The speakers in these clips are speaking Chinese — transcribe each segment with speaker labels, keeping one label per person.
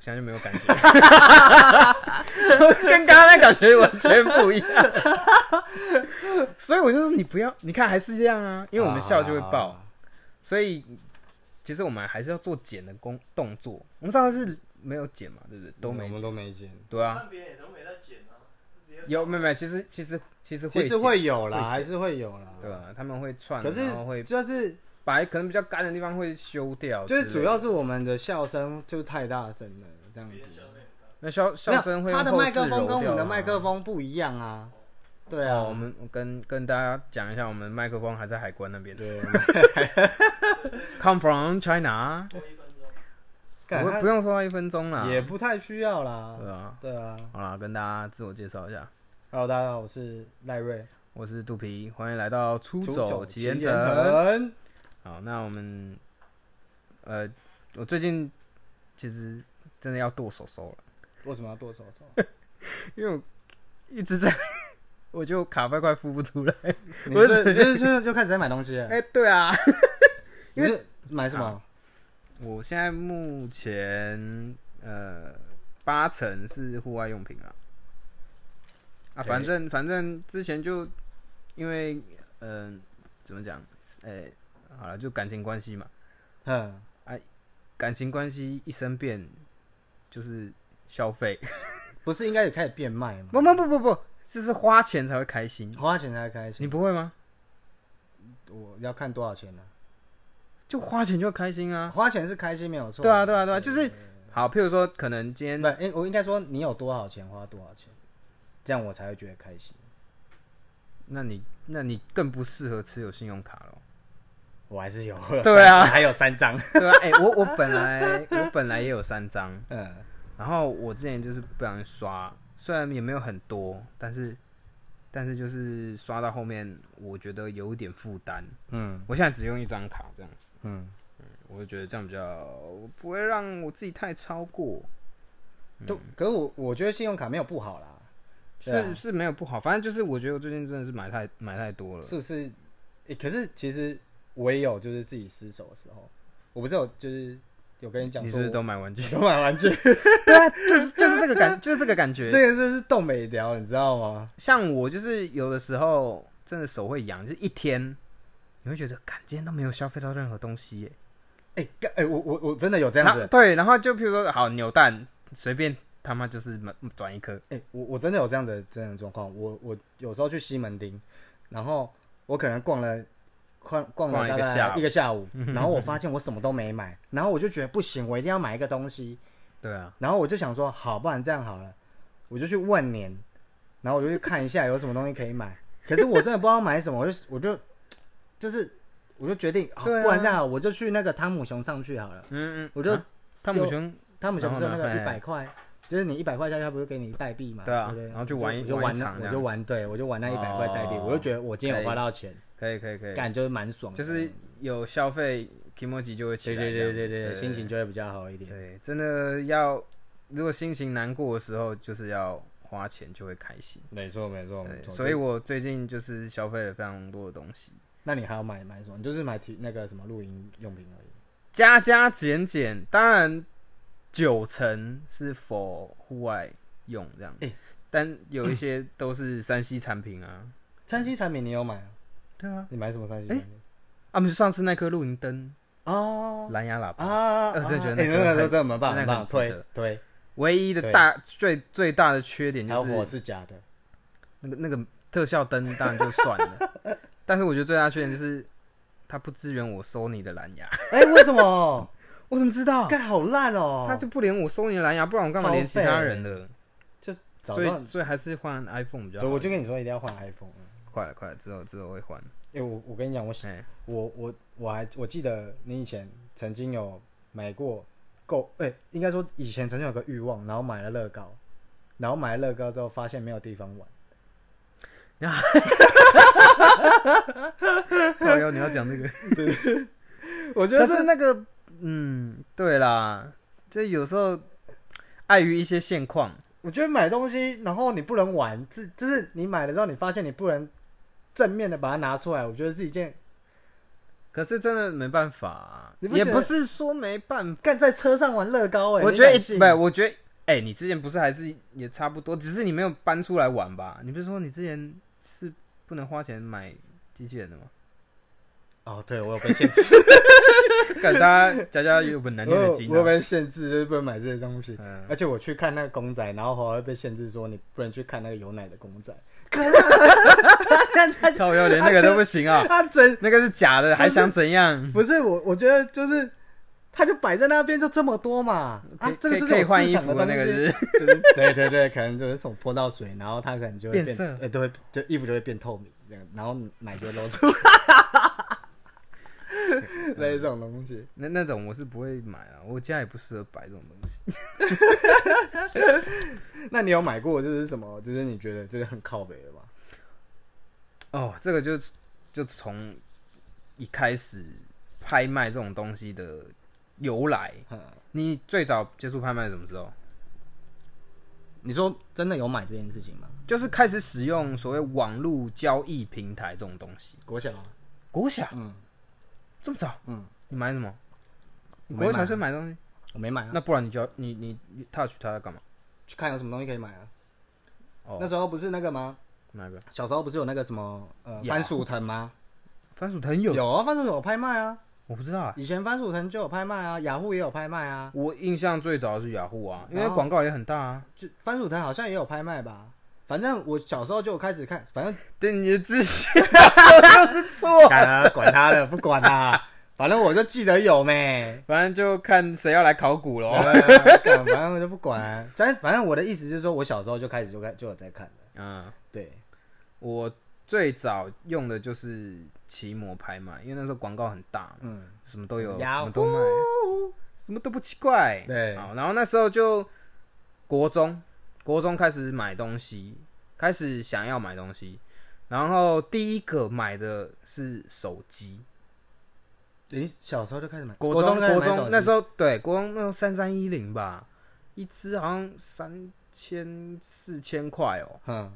Speaker 1: 现在就没有感觉， 跟刚刚那感觉完全不一样。所以我就是你不要，你看还是这样啊，因为我们笑就会爆，
Speaker 2: 啊
Speaker 1: 所以其实我们还是要做剪的工动作。我们上次是没有剪嘛，对不对？都没
Speaker 2: 嗯我
Speaker 1: 剪
Speaker 2: 们都没剪，
Speaker 1: 对啊，
Speaker 3: 看别人也都没在剪啊，就直接
Speaker 1: 有没有没有，其实其实其实会
Speaker 2: 其
Speaker 1: 剪
Speaker 2: 实会有啦，
Speaker 1: 会剪
Speaker 2: 还是会有啦。
Speaker 1: 对吧、他们会串，
Speaker 2: 可是
Speaker 1: 然后会
Speaker 2: 就是
Speaker 1: 把可能比较干的地方会修掉之
Speaker 2: 就
Speaker 1: 类
Speaker 2: 是
Speaker 1: 的，
Speaker 2: 主要是我们的笑声就是太大声了，这样子
Speaker 3: 别。人笑声很大
Speaker 1: 那笑笑声
Speaker 2: 没
Speaker 1: 会
Speaker 2: 有
Speaker 1: 用
Speaker 2: 他的
Speaker 1: 后
Speaker 2: 麦克
Speaker 1: 置
Speaker 2: 风
Speaker 1: 揉
Speaker 2: 跟我
Speaker 1: 掉
Speaker 2: 们的
Speaker 1: 啊
Speaker 2: 麦克风不一样啊。对啊，
Speaker 1: 哦我们跟跟大家讲一下，我们麦克风还在海关那边
Speaker 2: 对，
Speaker 1: ，Come from China，
Speaker 3: 多一分钟。
Speaker 2: 感
Speaker 1: 不不用说到一分钟啦，
Speaker 2: 也不太需要啦。
Speaker 1: 对啊。
Speaker 2: 对啊
Speaker 1: 好啦，跟大家自我介绍一下，
Speaker 2: ，Hello，大家好，我是赖瑞，
Speaker 1: 我是肚皮，欢迎来到出
Speaker 2: 出
Speaker 1: 走
Speaker 2: 骑
Speaker 1: 骑岩城。
Speaker 2: 城，
Speaker 1: 好，那我们呃，我最近其实真的要剁手手了，
Speaker 2: 为什么要剁手啊 手？
Speaker 1: 因为我一直在， 我就卡快快付不出来。
Speaker 2: 你
Speaker 1: 我
Speaker 2: 是你就是就就开始在买东西了？
Speaker 1: 哎、对啊，
Speaker 2: 因为买什么
Speaker 1: 啊？我现在目前呃八成是户外用品啊，啊，
Speaker 2: 对
Speaker 1: 反正反正之前就因为嗯、呃怎么讲，呃、好了，就感情关系嘛，
Speaker 2: 哼，
Speaker 1: 感情关系一生变就是消费，
Speaker 2: 不是应该也开始变卖吗？
Speaker 1: 不不不不不，就是花钱才会开心，
Speaker 2: 花钱才开
Speaker 1: 你
Speaker 2: 心，
Speaker 1: 不会吗？
Speaker 2: 我要看多少钱呢？
Speaker 1: 就花钱就会开心啊，
Speaker 2: 花钱是开心没有错。
Speaker 1: 对啊对啊对啊，就是好，譬如说可能今天
Speaker 2: 不，哎，我应该说你有多少钱花多少钱，这样我才会觉得开心。
Speaker 1: 那你那你更不适合持有信用卡了。
Speaker 2: 我还是有，
Speaker 1: 对啊
Speaker 2: 还有 三张。
Speaker 1: 对啊，哎、我我本来我本来也有三张，
Speaker 2: 嗯，
Speaker 1: 然后我之前就是不小心刷，虽然也没有很多，但是但是就是刷到后面，我觉得有一点负担。
Speaker 2: 嗯
Speaker 1: 我现在只用一张卡这样子，
Speaker 2: 嗯，
Speaker 1: 我就觉得这样比较不会让我自己太超过，
Speaker 2: 嗯都可是我我觉得信用卡没有不好啦，对啊
Speaker 1: 是是没有不好，反正就是我觉得我最近真的是买太买太多了。
Speaker 2: 是不是？欸可是其实我也有就是自己失手的时候，我不是有就是有跟你讲
Speaker 1: 你是
Speaker 2: 说
Speaker 1: 不
Speaker 2: 我
Speaker 1: 是都买玩具？
Speaker 2: 都买玩具，
Speaker 1: 对啊， 就是就是这个感，就是这个感 觉。
Speaker 2: 那个是是动美聊，你知道吗？
Speaker 1: 像我就是有的时候真的手会痒，就是一天你会觉得，感今天都没有消费到任何东西耶。
Speaker 2: 哎、干哎、我我我真的有这
Speaker 1: 然
Speaker 2: 样
Speaker 1: 后
Speaker 2: 子，
Speaker 1: 对，然后就譬如说，好扭蛋，随便他妈就是买转一颗，
Speaker 2: 哎、我我真的有这样的这样的状况。我我有时候去西门町，然后我可能逛了逛逛
Speaker 1: 逛了
Speaker 2: 了大
Speaker 1: 一个下
Speaker 2: 概
Speaker 1: 午
Speaker 2: 一个 下午，然后我发现我什么都没买，然后我就觉得不行，我一定要买一个东西，
Speaker 1: 对啊，
Speaker 2: 然后我就想说，好，不然这样好了，我就去万年，然后我就去看一下有什么东西可以买。可是我真的不知道买什么，我就我就就是我就决定，好
Speaker 1: 对啊
Speaker 2: 不然这样好了，我就去那个汤姆熊上去好了。
Speaker 1: 嗯嗯，
Speaker 2: 我就
Speaker 1: 啊汤姆熊，
Speaker 2: 汤姆熊不是有那
Speaker 1: 然后
Speaker 2: 个
Speaker 1: 呢哎
Speaker 2: 一百块，就是你一百块下去，他不是给你代币嘛？
Speaker 1: 对啊
Speaker 2: 不对
Speaker 1: 然后就玩一
Speaker 2: 我就
Speaker 1: 玩
Speaker 2: 玩
Speaker 1: 一场这
Speaker 2: 那我
Speaker 1: 样
Speaker 2: 就玩，对我就玩那一百块代币，
Speaker 1: 哦
Speaker 2: 我就觉得我今天有花到钱，
Speaker 1: 可以可以可以，
Speaker 2: 感就是蛮爽的，
Speaker 1: 就是有消费 i m o j i 就会起
Speaker 2: 对
Speaker 1: 来，
Speaker 2: 对
Speaker 1: 这
Speaker 2: 对
Speaker 1: 样
Speaker 2: 对对对，心情就会比较好一点。
Speaker 1: 对，真的要如果心情难过的时候，就是要花钱就会开心。
Speaker 2: 没错没错
Speaker 1: 对
Speaker 2: 没，错，
Speaker 1: 所以我最近就是消费了非常多的东西，
Speaker 2: 那你还要买买什么？你就是买体那个什么露营用品而已。
Speaker 1: 加加减减，当然九成是否户外用这样，
Speaker 2: 欸
Speaker 1: 但有一些都是山西产品啊。
Speaker 2: 三 C 产品你有买啊？
Speaker 1: 对啊，
Speaker 2: 你买什么三 C 产品？
Speaker 1: 啊，不是上次那颗露营灯、
Speaker 2: 哦
Speaker 1: 蓝牙喇叭，
Speaker 2: 啊！
Speaker 1: 我真的觉得
Speaker 2: 哎
Speaker 1: 那
Speaker 2: 那
Speaker 1: 个
Speaker 2: 个
Speaker 1: 很
Speaker 2: 真的蛮棒，
Speaker 1: 那
Speaker 2: 很
Speaker 1: 个很
Speaker 2: 棒，
Speaker 1: 值
Speaker 2: 推
Speaker 1: 得
Speaker 2: 推。
Speaker 1: 唯一的
Speaker 2: 对
Speaker 1: 大最最大的缺点
Speaker 2: 还有
Speaker 1: 就
Speaker 2: 火
Speaker 1: 是
Speaker 2: 是假的，
Speaker 1: 那个那个特效灯当然就算了， 但是我觉得最大缺点就是它不支援我 Sony 的蓝牙，
Speaker 2: 哎，为 什么？
Speaker 1: 我怎么知道？
Speaker 2: 盖好烂哦！
Speaker 1: 它就不连我 Sony 的蓝牙，不然我干嘛
Speaker 2: 超
Speaker 1: 连其
Speaker 2: 废
Speaker 1: 他人的？
Speaker 2: 就是早
Speaker 1: 所
Speaker 2: 上
Speaker 1: 以，所以还是换 iPhone 比较
Speaker 2: 对，
Speaker 1: 好。
Speaker 2: 我就跟你说一定要换 iPhone 了。
Speaker 1: 快了快了，之后之后会 换。
Speaker 2: 哎、我我跟你讲，我喜
Speaker 1: 哎、
Speaker 2: 我我我还我记得你以前曾经有买过购，哎、应该说以前曾经有个欲望，然后买了乐高，然后买了乐高之后发现没有地方玩，
Speaker 1: 高腰，你要讲这个？
Speaker 2: 我觉得
Speaker 1: 但
Speaker 2: 是
Speaker 1: 是那个，嗯，对啦，就有时候碍于一些现况，
Speaker 2: 我觉得买东西然后你不能玩，这就是你买了之后你发现你不能正面的把它拿出来，我觉得是一件
Speaker 1: 可是真的没办法啊、
Speaker 2: 你不
Speaker 1: 也
Speaker 2: 觉
Speaker 1: 不
Speaker 2: 得
Speaker 1: 是说没办法。
Speaker 2: 干在车上玩乐高哎、
Speaker 1: 我
Speaker 2: 你
Speaker 1: 觉得
Speaker 2: 敢
Speaker 1: 一
Speaker 2: 信
Speaker 1: 不，我觉得哎、你之前不是还是也差不多，只是你没有搬出来玩吧？你不是说你之前是不能花钱买机器人 的吗？
Speaker 2: 哦，对我有被限制，
Speaker 1: 感觉大家家家有本难
Speaker 2: 我
Speaker 1: 念的
Speaker 2: 有
Speaker 1: 经
Speaker 2: 哦我有
Speaker 1: 啊、
Speaker 2: 被限制，就是不能买这些东西。
Speaker 1: 嗯，
Speaker 2: 而且我去看那个公仔，然后后来被限制说你不能去看那个有奶的公仔。
Speaker 1: 超有连那个都不行 啊，
Speaker 2: 他整
Speaker 1: 那个是假的，还想怎样？
Speaker 2: 不是我，我觉得就是它就摆在那边就这么多嘛。
Speaker 1: 可
Speaker 2: 啊
Speaker 1: 以，
Speaker 2: 这
Speaker 1: 可
Speaker 2: 个
Speaker 1: 以
Speaker 2: 是
Speaker 1: 可以
Speaker 2: 有
Speaker 1: 换
Speaker 2: 市
Speaker 1: 衣
Speaker 2: 场
Speaker 1: 服
Speaker 2: 的
Speaker 1: 的
Speaker 2: 东
Speaker 1: 那个
Speaker 2: 西
Speaker 1: 是，
Speaker 2: 就是对对对，可能就是从泼到水，然后它可能就会
Speaker 1: 变
Speaker 2: 变
Speaker 1: 色
Speaker 2: 呃，都会就衣服就会变透明这样，然后奶就会露 出来，
Speaker 1: 嗯
Speaker 2: 类似这种东西。
Speaker 1: 那那种我是不会买啊，我家也不适合摆这种东西。
Speaker 2: 那你有买过就是什么？就是你觉得就是很靠北的吗？
Speaker 1: 哦，这个就就从一开始拍卖这种东西的由来，
Speaker 2: 嗯
Speaker 1: 你最早接触拍卖是什么时候？
Speaker 2: 你说真的有买这件事情吗？
Speaker 1: 就是开始使用所谓网络交易平台这种东西。
Speaker 2: 国小，啊
Speaker 1: 国小
Speaker 2: 嗯
Speaker 1: 这么早，
Speaker 2: 嗯，
Speaker 1: 你买什么？你
Speaker 2: 我没
Speaker 1: 国小
Speaker 2: 买
Speaker 1: 就买东西，
Speaker 2: 我没买啊，
Speaker 1: 那不然你就你你你 touch 它干嘛？
Speaker 2: 去看有什么东西可以买啊。那
Speaker 1: 哦，
Speaker 2: 时候不是那个吗？
Speaker 1: 哪个？
Speaker 2: 小时候不是有那个什么呃
Speaker 1: 有啊
Speaker 2: 番薯藤吗？
Speaker 1: 番薯藤有？
Speaker 2: 有啊，番薯藤有拍卖啊，
Speaker 1: 我不知道啊。
Speaker 2: 以前番薯藤就有拍卖啊，雅虎也有拍卖啊，
Speaker 1: 我印象最早的是雅虎啊，因为
Speaker 2: 然后
Speaker 1: 广告也很大啊。
Speaker 2: 就番薯藤好像也有拍卖吧。反正我小时候就有开始看，反 正
Speaker 1: 对你的资 讯就是错，
Speaker 2: 管啊，管他的，不管啊啦。 反正我就记得有没。
Speaker 1: 反正就看谁要来考古
Speaker 2: 对
Speaker 1: 喽。
Speaker 2: 啊干反正我就不管，但反正我的意思就是说，我小时候就开始就开就有在看了。
Speaker 1: 嗯，
Speaker 2: 对，
Speaker 1: 我最早用的就是奇摩拍卖，因为那时候广告很大，
Speaker 2: 嗯，
Speaker 1: 什么都有，
Speaker 2: 雅
Speaker 1: 什么都卖，什么都不奇怪。
Speaker 2: 对
Speaker 1: 好，然后那时候就国中，国中开始买东西，开始想要买东西，然后第一个买的是手机。
Speaker 2: 你小时候就开始买，
Speaker 1: 国中
Speaker 2: 国
Speaker 1: 国中那时
Speaker 2: 候
Speaker 1: 候对国中那时候三三一零吧，一支好像三千四千块哦。
Speaker 2: 嗯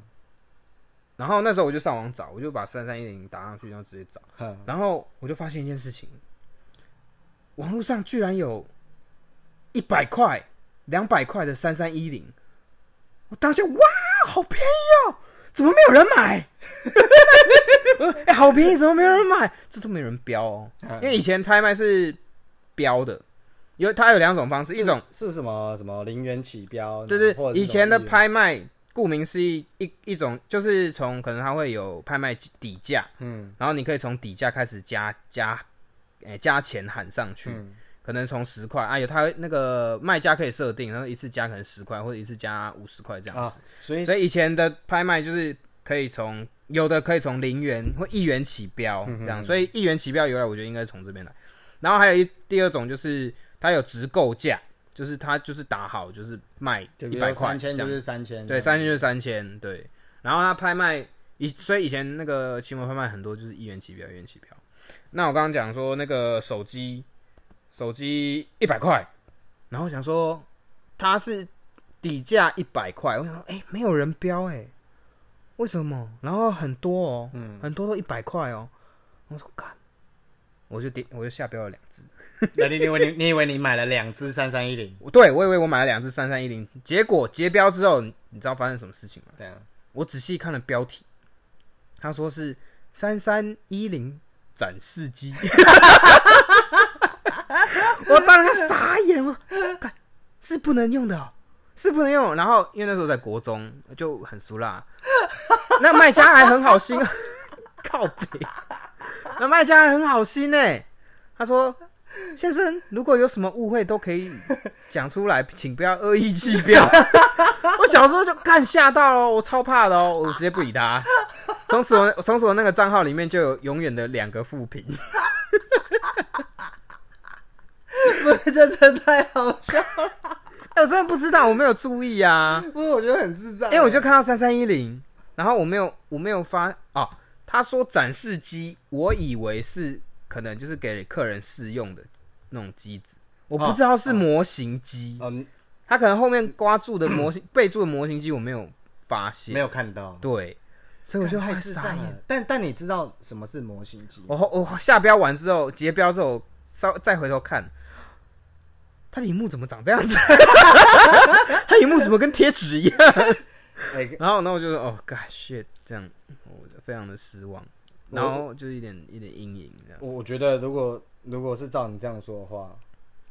Speaker 1: 然后那时候我就上网找，我就把三三一零打上去，然后直接找。
Speaker 2: 嗯，
Speaker 1: 然后我就发现一件事情，网络上居然有一百块、两百块的三三一零，我当下哇，好便宜哦！怎么没有人买？我说哎、好便宜，怎么没有人买？这都没人标哦，因为以前拍卖是标的，有它有两种方式，一种
Speaker 2: 是不是什么什么零元起标，
Speaker 1: 就是
Speaker 2: 或者
Speaker 1: 以前的
Speaker 2: 什么
Speaker 1: 拍卖，顾名思义，一一种就是从可能它会有拍卖底价，
Speaker 2: 嗯
Speaker 1: 然后你可以从底价开始加加，诶、加钱喊上去，
Speaker 2: 嗯
Speaker 1: 可能从十块，哎呦，它那个卖家可以设定，然后一次加可能十块或者一次加五十块这样
Speaker 2: 啊
Speaker 1: 子。，
Speaker 2: 所以
Speaker 1: 所以以前的拍卖就是可以从有的可以从零元或一元起标
Speaker 2: 嗯
Speaker 1: 这样，所以一元起标由来我觉得应该是从这边来。然后还有一第二种就是它有直购价，就是它就是打好就是卖
Speaker 2: 就
Speaker 1: 一百块
Speaker 2: 三
Speaker 1: 这
Speaker 2: 千
Speaker 1: 样
Speaker 2: 就是三千，
Speaker 1: 对，三千就是三千，对。然后他拍卖以，所以以前那个期末拍卖很多就是一元起标，一元起标。那我刚刚讲说那个手机，手机一百块，然后想说它是底价一百块，我想说哎、诶没有人标哎、诶为什么？然后很多哦，
Speaker 2: 嗯
Speaker 1: 很多都一百块哦，我说干，我就点我就下标了两只，
Speaker 2: 那你你以为你你以为你买了两只三三一零？
Speaker 1: 我对我以为我买了两只三三一零，结果结标之后，你你知道发生什么事情吗？
Speaker 2: 这样，
Speaker 1: 我仔细看了标题，他说是三三一零展示机， 我当时傻眼了，干是不能用的、哦，是不能用。然后因为那时候在国中就很俗辣，那卖家还很好心， 靠北，那卖家还很好心呢、他说。先生，如果有什么误会都可以讲出来，请不要恶意弃标。 我小时候就干吓到了，我超怕的哦，我直接不理他。从此我从此我那个账号里面就有永远的两个副评，
Speaker 2: 不是这这太好笑了，
Speaker 1: 哎、我真的不知道，我没有注意啊，
Speaker 2: 不是我觉得很智障，
Speaker 1: 因为我就看到三三一零，然后我没有我没有发哦，他说展示机，我以为是可能就是给客人试用的那种机子，我不知道是模型机，
Speaker 2: 嗯
Speaker 1: 他 可能后面刮注的模型备注的模型机我没有发现，
Speaker 2: 没有看到，
Speaker 1: 对，所以我就
Speaker 2: 干
Speaker 1: 还
Speaker 2: 太哦智
Speaker 1: 傻
Speaker 2: 障
Speaker 1: 眼
Speaker 2: 了。。但但你知道什么是模型机？
Speaker 1: 我后我下标完之后，结标之后，稍再回头看，它的荧幕怎么长这样子？ 它荧幕怎么跟贴纸一样？
Speaker 2: 哎、
Speaker 1: 然后，然后我就说，哦，God shit，这样我非常的失望，然后就是一点一点阴影这样。
Speaker 2: 我我觉得如果如果是照你这样说的话，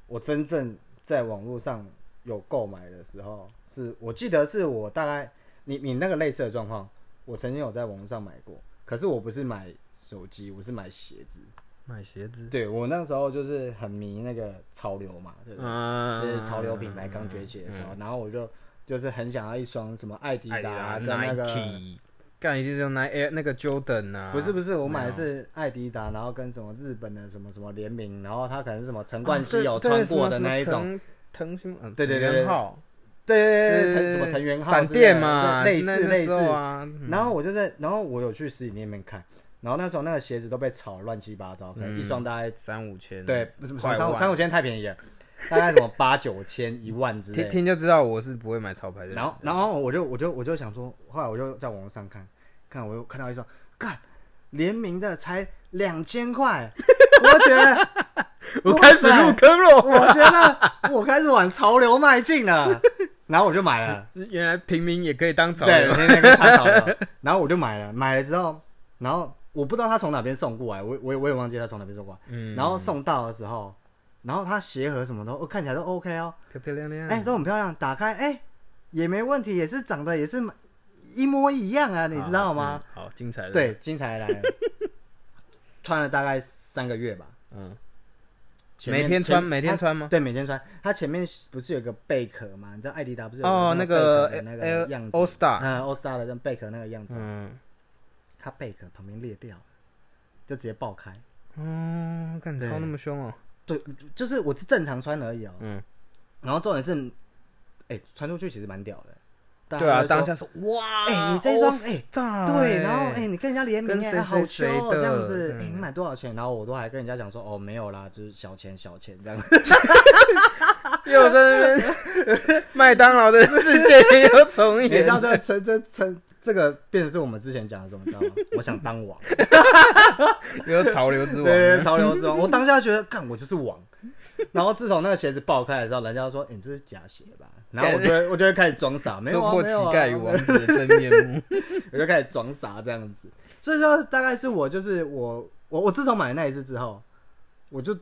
Speaker 2: 我真正在网络上有购买的时候，是我记得是我大概你你那个类似的状况，我曾经有在网络上买过，可是我不是买手机，我是买鞋子。
Speaker 1: 买鞋子，
Speaker 2: 对我那时候就是很迷那个潮流嘛，对不对？就
Speaker 1: 嗯
Speaker 2: 是潮流品牌刚崛起的时候，然后我就就是很想要一双什么艾迪
Speaker 1: 艾迪达、
Speaker 2: 达跟那个
Speaker 1: 哎 Nike，干一定就那 Air 那个 Jordan 啊，
Speaker 2: 不是不
Speaker 1: 是，
Speaker 2: 是，我买的是艾迪达，然后跟什么日本的什么什么联名，然后它可能是什么
Speaker 1: 啊哦
Speaker 2: 陈冠希有穿过的那一种，
Speaker 1: 藤什么什么藤，藤什么，嗯
Speaker 2: 对对对
Speaker 1: 藤
Speaker 2: 对
Speaker 1: 原浩，
Speaker 2: 对对对对，藤
Speaker 1: 对
Speaker 2: 呃什么藤原浩
Speaker 1: 呃闪
Speaker 2: 之类的
Speaker 1: 电嘛，
Speaker 2: 类
Speaker 1: 那
Speaker 2: 似
Speaker 1: 那
Speaker 2: 类
Speaker 1: 时
Speaker 2: 似
Speaker 1: 候。啊，嗯
Speaker 2: 然后我就在，然后我有去实体店面看，然后那时候那个鞋子都被炒得乱七八糟，可能一
Speaker 1: 嗯
Speaker 2: 双大概
Speaker 1: 三五千，
Speaker 2: 对不是不是
Speaker 1: 快
Speaker 2: 三五
Speaker 1: 万
Speaker 2: 三五千太便宜了，大概什么八九千一万之类
Speaker 1: 听
Speaker 2: 的。
Speaker 1: 听就知道我是不会买潮牌的人。
Speaker 2: 然后然后我就我就我就想说，后来我就在网络上看，看我又看到一双，干联名的才两千块，我就觉得。
Speaker 1: 我开始入坑了，
Speaker 2: 我觉得我开始往潮流迈进了，然后我就买了，
Speaker 1: 原来平民也可以当潮
Speaker 2: 对，
Speaker 1: 流，
Speaker 2: 那那个太潮流，然后我就买了，买了之后，然后我不知道他从哪边送过来，我我也我也忘记他从哪边送过来，
Speaker 1: 嗯
Speaker 2: 然后送到的时候，然后他鞋盒什么都、哦、看起来都 OK 哦，
Speaker 1: 漂漂亮亮，
Speaker 2: 哎、都很漂亮，打开哎、也没问题，也是长得也是一模一样啊，你知道吗？
Speaker 1: 好？嗯好，精彩的，，
Speaker 2: 对，精彩来了，穿了大概三个月吧，
Speaker 1: 嗯，
Speaker 2: 前面
Speaker 1: 每天穿，
Speaker 2: 前
Speaker 1: 每天穿吗？
Speaker 2: 对，每天穿。它前面不是有个贝壳吗？你知道艾迪达不是有
Speaker 1: 哦，那个
Speaker 2: 个贝壳的那
Speaker 1: Air-
Speaker 2: 个样子
Speaker 1: All Star，
Speaker 2: 嗯，All Star 的那贝壳那个样子，
Speaker 1: 嗯，
Speaker 2: 它贝壳旁边裂掉了，就直接爆开。
Speaker 1: 哦，干
Speaker 2: 对
Speaker 1: 超那么凶哦，
Speaker 2: 对，就是我是正常穿而已哦。
Speaker 1: 嗯，
Speaker 2: 然后重点是，哎，穿出去其实蛮屌的。大家
Speaker 1: 对啊，
Speaker 2: 都会说
Speaker 1: 当下说哇，
Speaker 2: 哎你这一双哎
Speaker 1: 哎
Speaker 2: 对，然后哎，你跟人家联名
Speaker 1: 跟
Speaker 2: 哎，
Speaker 1: 谁
Speaker 2: 好秋
Speaker 1: 谁
Speaker 2: 哦
Speaker 1: 谁
Speaker 2: 这
Speaker 1: 的
Speaker 2: 样子，哎，
Speaker 1: 嗯
Speaker 2: 你买多少钱？然后我都还跟人家讲说，哦，没有啦，就是小钱小钱 这样。
Speaker 1: 又在那 边麦当劳的世界又重
Speaker 2: 你知
Speaker 1: 演，
Speaker 2: 道这成这成这个变成是我们之前讲的什么？你知道吗？我想当王。
Speaker 1: 又潮流之王，
Speaker 2: 对对，潮流之王。我当下觉得，干，我就是王。然后自从那个鞋子爆开的时候，人家说：“哎、你这是假鞋吧？”然后我就会我就会开始装傻，没有
Speaker 1: 戳
Speaker 2: 啊，
Speaker 1: 破
Speaker 2: 没
Speaker 1: 乞
Speaker 2: 有啊
Speaker 1: 丐与王子的真面目。
Speaker 2: 我就开始装傻这样子。所以说，大概是我就是我我我自从买了那一次之后，我就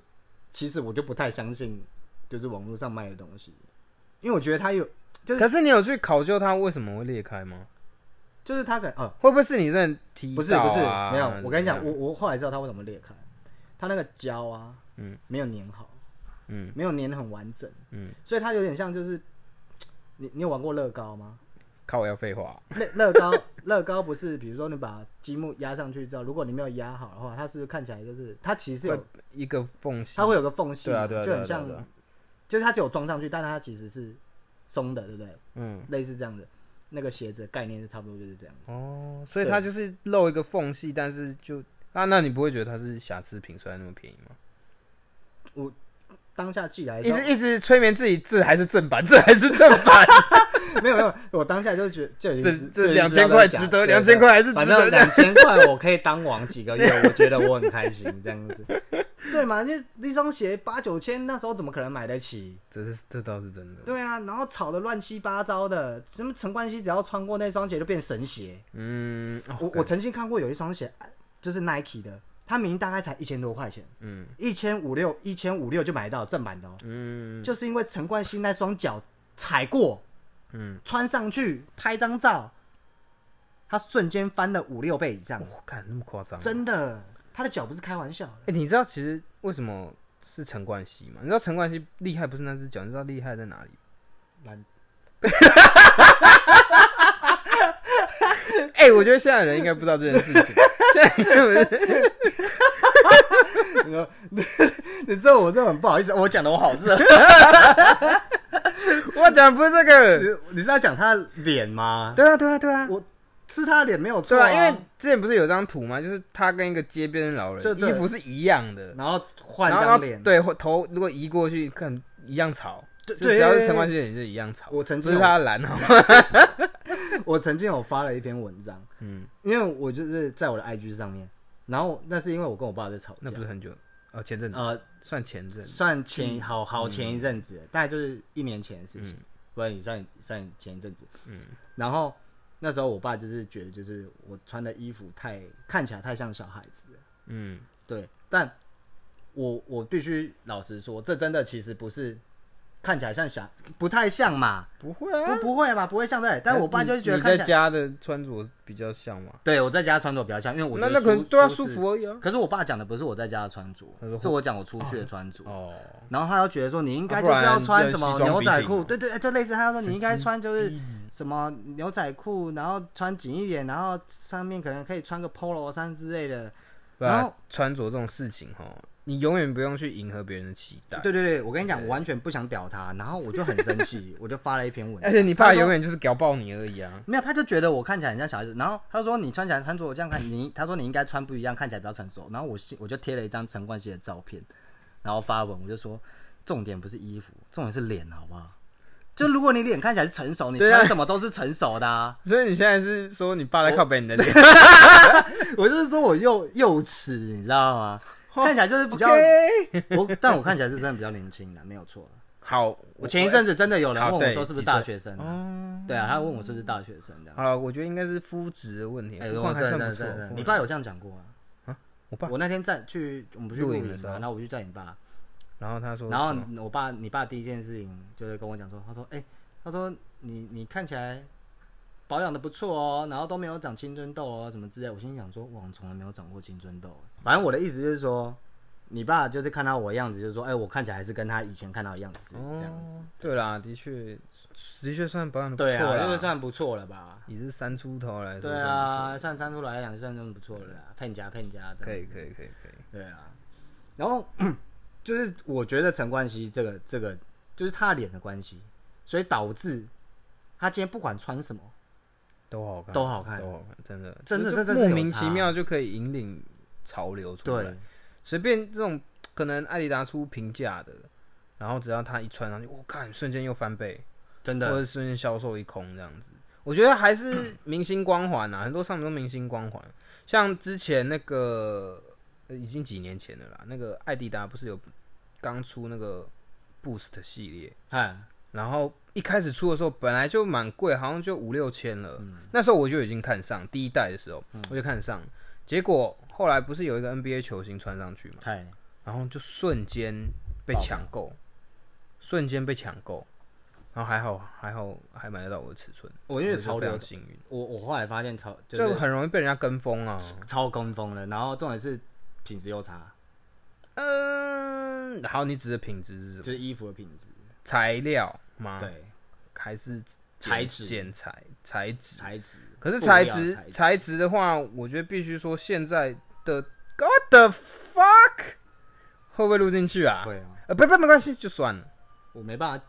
Speaker 2: 其实我就不太相信就是网络上卖的东西，因为我觉得它有就 是
Speaker 1: 可是你有去考究它为什么会裂开吗？
Speaker 2: 就是它可能哦、
Speaker 1: 会不会是你认提
Speaker 2: 不是
Speaker 1: 到
Speaker 2: 不是
Speaker 1: 啊
Speaker 2: 没有，我跟你讲，
Speaker 1: 怎么
Speaker 2: 我
Speaker 1: 样
Speaker 2: 我后来知道它为什么裂开，它那个胶啊，
Speaker 1: 嗯
Speaker 2: 没有粘好，
Speaker 1: 嗯
Speaker 2: 没有粘得很完整。
Speaker 1: 嗯，
Speaker 2: 所以它有点像就是，你你有玩过乐高吗？
Speaker 1: 靠，我要废话，
Speaker 2: 乐乐高 乐高不是，比如说你把积木压上去之后，如果你没有压好的话，它是不是看起来就是它其实有
Speaker 1: 一个缝隙，
Speaker 2: 它会有个缝隙
Speaker 1: 对
Speaker 2: 嘛，
Speaker 1: 啊对啊，
Speaker 2: 就
Speaker 1: 对啊
Speaker 2: 很像，
Speaker 1: 对啊对啊
Speaker 2: 就是它只有装上去，但它其实是松的，对不对？
Speaker 1: 嗯
Speaker 2: 类似这样子，那个鞋子的概念是差不多就是这样。
Speaker 1: 哦，所以
Speaker 2: 对
Speaker 1: 它就是漏一个缝隙，但是就啊，那你不会觉得它是瑕疵品，虽然那么便宜吗？
Speaker 2: 当下寄来的
Speaker 1: 一
Speaker 2: 时候
Speaker 1: 直一直催眠自己，这还是正版，这还是正 版，
Speaker 2: 没有没有，我当下就觉得就已
Speaker 1: 这
Speaker 2: 经
Speaker 1: 这两千块值得，两千块还是值
Speaker 2: 反正
Speaker 1: 得的。
Speaker 2: 两千块我可以当王几个月，我觉得我很开心这样子。 对嘛？就那双鞋八九千，那时候怎么可能买得起？
Speaker 1: 这是这倒是真的，
Speaker 2: 对啊，然后炒的乱七八糟的，什么陈冠希只要穿过那双鞋就变神鞋。
Speaker 1: 嗯，哦
Speaker 2: 我我曾经看过有一双鞋，啊就是 Nike 的，它明明大概才一千多块钱，
Speaker 1: 嗯
Speaker 2: 一千五六一千五六就买到正版的哦，
Speaker 1: 嗯
Speaker 2: 就是因为陈冠希那双脚踩过，
Speaker 1: 嗯，
Speaker 2: 穿上去拍张照，他瞬间翻了五六倍以上，
Speaker 1: 我哦看那么夸张，
Speaker 2: 真的，他的脚不是开玩笑的。
Speaker 1: 哎、你知道其实为什么是陈冠希吗？你知道陈冠希厉害不是那只脚，你知道厉害在哪里吗？
Speaker 2: 懒
Speaker 1: 哎、我觉得现在的人应该不知道这件事情。现在根本
Speaker 2: 你说你知道我这很不好意思，我讲的我好热。
Speaker 1: 我讲的不是这个。
Speaker 2: 你你是要讲他的脸吗？
Speaker 1: 对啊，对啊，对啊，
Speaker 2: 我是他的脸没有错
Speaker 1: 对啊，因为之前不是有张图吗？就是他跟一个街边老
Speaker 2: 就
Speaker 1: 人
Speaker 2: 对
Speaker 1: 衣服是一样的，
Speaker 2: 然后换
Speaker 1: 然后
Speaker 2: 张脸，
Speaker 1: 对头如果移过去，看一样吵。
Speaker 2: 对
Speaker 1: 就只要是陈冠希的脸就一样吵。
Speaker 2: 我曾
Speaker 1: 不
Speaker 2: 经
Speaker 1: 是
Speaker 2: 有嗯
Speaker 1: 他蓝好 吗？
Speaker 2: 我曾经有发了一篇文章，
Speaker 1: 嗯，
Speaker 2: 因为我就是在我的 IG 上面，然后那是因为我跟我爸在吵
Speaker 1: 那
Speaker 2: 架
Speaker 1: 不，是很久哦，前阵子
Speaker 2: 呃，
Speaker 1: 算前阵子，
Speaker 2: 算前好好前一阵子，大概就是一年前的事情
Speaker 1: 嗯，
Speaker 2: 不然你算算前一阵子，
Speaker 1: 嗯，
Speaker 2: 然后那时候我爸就是觉得就是我穿的衣服太看起来太像小孩子了，
Speaker 1: 嗯
Speaker 2: 对，但我我必须老实说，这真的其实不是看起来像小，不太像嘛，
Speaker 1: 不会
Speaker 2: 不不会啊吧，不会像这里，但我爸就是觉得
Speaker 1: 哎你
Speaker 2: 看
Speaker 1: 在
Speaker 2: 起来，
Speaker 1: 家的穿着比较像嘛，
Speaker 2: 对我在家穿着比较像，因为我
Speaker 1: 那
Speaker 2: 觉
Speaker 1: 那
Speaker 2: 得
Speaker 1: 可能
Speaker 2: 舒
Speaker 1: 对啊，
Speaker 2: 适
Speaker 1: 舒服而已啊。
Speaker 2: 可是我爸讲的不是我在家的穿着
Speaker 1: 他说，
Speaker 2: 是我讲我出去的穿着。
Speaker 1: 哦，
Speaker 2: 然后他又觉得说你应该
Speaker 1: 啊
Speaker 2: 就是
Speaker 1: 不然
Speaker 2: 要穿什么
Speaker 1: 要西装
Speaker 2: 牛仔
Speaker 1: 笔挺
Speaker 2: 裤，
Speaker 1: 哦
Speaker 2: 对哎对，就类似他说
Speaker 1: 神
Speaker 2: 你应该
Speaker 1: 经
Speaker 2: 穿就是
Speaker 1: 嗯
Speaker 2: 什么牛仔裤，然后穿紧一点，然后上面可能可以穿个 polo 衫之类的。
Speaker 1: 对啊
Speaker 2: 然后
Speaker 1: 穿着这种事情哈，你永远不用去迎合别人的期待。
Speaker 2: 对对对，我跟你讲，我完全不想屌他，然后我就很生气，我就发了一篇文 章。
Speaker 1: 而且你爸
Speaker 2: 他说
Speaker 1: 永远就是屌爆你而已啊。
Speaker 2: 没有，他就觉得我看起来很像小孩子，然后他说你穿起来穿着我这样看你，他说你应该穿不一样，看起来比较成熟。然后我信我就贴了一张陈冠希的照片，然后发文，我就说重点不是衣服，重点是脸，好不好？ 就如果你脸看起来是成熟，你
Speaker 1: 对啊
Speaker 2: 穿什么都是成熟 的、啊。
Speaker 1: 所以你现在是说你爸在靠北你 的脸？
Speaker 2: 我就是说我幼幼齿，你知道吗？看起来就是比较
Speaker 1: OK
Speaker 2: 我，但我看起来是真的比较年轻的，没有 错。
Speaker 1: 好，
Speaker 2: 我前一阵子真的有人
Speaker 1: 好
Speaker 2: 问我
Speaker 1: 啊对
Speaker 2: 说是不是
Speaker 1: 几
Speaker 2: 大
Speaker 1: 岁
Speaker 2: 学生、啊，
Speaker 1: 哦，
Speaker 2: 对啊，他问我是不是大学生这样。
Speaker 1: 好了，我觉得应该是肤质的问题，
Speaker 2: 哎、
Speaker 1: 不
Speaker 2: 我
Speaker 1: 嗯换还
Speaker 2: 对
Speaker 1: 算
Speaker 2: 对
Speaker 1: 不错
Speaker 2: 对对。，
Speaker 1: 不
Speaker 2: 你
Speaker 1: 换
Speaker 2: 爸有这样讲过啊？
Speaker 1: 我爸，
Speaker 2: 我那天在去我们不去
Speaker 1: 露
Speaker 2: 露
Speaker 1: 营
Speaker 2: 营
Speaker 1: 的
Speaker 2: 的
Speaker 1: 时
Speaker 2: 时候，
Speaker 1: 候
Speaker 2: 然后我就叫你爸，
Speaker 1: 然后他说，嗯
Speaker 2: 然
Speaker 1: 什么
Speaker 2: 后我爸你爸第一件事情就是跟我讲说，他说哎、他说你你看起来保养的不错哦，然后都没有长青春痘哦什么之类，我心想说哇我从来没有长过青春痘，反正我的意思就是说。你爸就是看到我的样子，就是说，哎、我看起来还是跟他以前看到的样子这样子。
Speaker 1: 哦，对啦，的确，的确算保养的不错
Speaker 2: 对啊，就是
Speaker 1: 啦。
Speaker 2: 算不错了吧？
Speaker 1: 你是三出头来说，
Speaker 2: 对啊，，算三出来讲，算真不错了啦，骗家骗家的。
Speaker 1: 可以可以可以可以，
Speaker 2: 对啊，然后 就是我觉得陈冠希这个这个就是他脸的关系，所以导致他今天不管穿什么，
Speaker 1: 都好看，
Speaker 2: 都好看
Speaker 1: 都好看，真的，
Speaker 2: 真的
Speaker 1: 就
Speaker 2: 这
Speaker 1: 就
Speaker 2: 真是
Speaker 1: 莫
Speaker 2: 有
Speaker 1: 名
Speaker 2: 差
Speaker 1: 其妙就可以引领潮流出来
Speaker 2: 对，，
Speaker 1: 随便这种可能艾迪达出平价的，然后只要他一穿上去，我看瞬间又翻倍，
Speaker 2: 真
Speaker 1: 或
Speaker 2: 的
Speaker 1: 者瞬间销售一空这样子。我觉得还是明星光环啊，很多上面都明星光环。像之前那个呃已经几年前了啦，那个艾迪达不是有刚出那个 Boost 系列，
Speaker 2: 哎，
Speaker 1: 然后一开始出的时候本来就蛮贵，好像就五六千了。
Speaker 2: 嗯
Speaker 1: 那时候我就已经看上第一代的时候，我就看上，结果后来不是有一个 NBA 球星穿上去嘛，
Speaker 2: 太
Speaker 1: 然后就瞬间被抢购，瞬间被抢购，然后还好还好还买得到我的尺寸，
Speaker 2: 我觉
Speaker 1: 就
Speaker 2: 得哦潮
Speaker 1: 非
Speaker 2: 流
Speaker 1: 常，幸运，
Speaker 2: 我我后来发现超就
Speaker 1: 就是很容易被人家跟风啊。
Speaker 2: 超跟风了，然后重点是品质又差，
Speaker 1: 嗯，好，你指的品质是什
Speaker 2: 就
Speaker 1: 么？
Speaker 2: 是衣服的品质，
Speaker 1: 材料吗？，
Speaker 2: 对，
Speaker 1: 还是
Speaker 2: 材
Speaker 1: 剪
Speaker 2: 质
Speaker 1: 剪裁材质？
Speaker 2: 材质。
Speaker 1: 可是
Speaker 2: 布
Speaker 1: 材
Speaker 2: 料
Speaker 1: 质
Speaker 2: 质
Speaker 1: 材质的话，我觉得必须说现在的 God the fuck 会不会录进去啊？
Speaker 2: 会啊，
Speaker 1: 呃，不不没关系，就算了，
Speaker 2: 我没办法，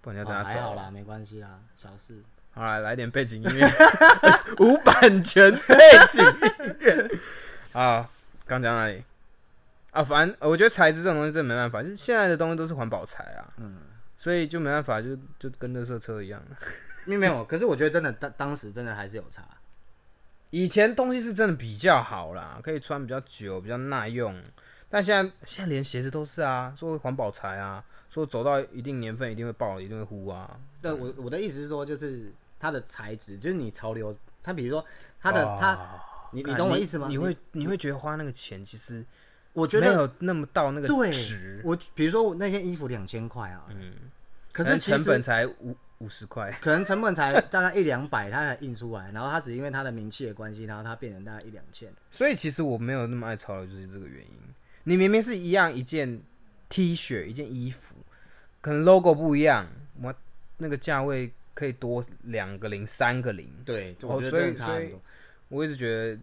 Speaker 1: 不然就
Speaker 2: 哦
Speaker 1: 等他
Speaker 2: 还
Speaker 1: 走
Speaker 2: 好
Speaker 1: 了
Speaker 2: 啦，没关系啦，小事。
Speaker 1: 好啦，来点背景音乐， 无版权背景音乐啊。刚讲哪里啊？反正呃我觉得材质这种东西真的没办法，就是现在的东西都是环保材啊，
Speaker 2: 嗯，
Speaker 1: 所以就没办法，就就跟垃圾车一样。
Speaker 2: 没有没有，可是我觉得真的当当时真的还是有差，
Speaker 1: 以前东西是真的比较好啦，可以穿比较久，比较耐用。但现在现在连鞋子都是啊，说环保材啊，说走到一定年份一定会爆，一定会糊啊。
Speaker 2: 对我我的意思是说，就是它的材质，就是你潮流，它比如说它的
Speaker 1: 哇
Speaker 2: 它，你你
Speaker 1: 干
Speaker 2: 懂我意思吗？
Speaker 1: 你会你会觉得花那个钱其实
Speaker 2: 我觉
Speaker 1: 没
Speaker 2: 得
Speaker 1: 有那么到那个
Speaker 2: 对
Speaker 1: 值，，
Speaker 2: 我比如说我那件衣服两千块啊，
Speaker 1: 嗯，
Speaker 2: 可
Speaker 1: 能
Speaker 2: 是其实
Speaker 1: 成本才五五十块，
Speaker 2: 可能成本才大概一两百，它才印出来，然后它只因为它的名气的关系，然后它变成大概一两千，
Speaker 1: 所以其实我没有那么爱潮流，就是这个原因。你明明是一样一件 T 恤，一件衣服，可能 logo 不一样，我那个价位可以多两个零、三个零。
Speaker 2: 对，
Speaker 1: 哦
Speaker 2: 我觉得
Speaker 1: 所以
Speaker 2: 真的差很
Speaker 1: 所
Speaker 2: 多。
Speaker 1: 我一直觉得，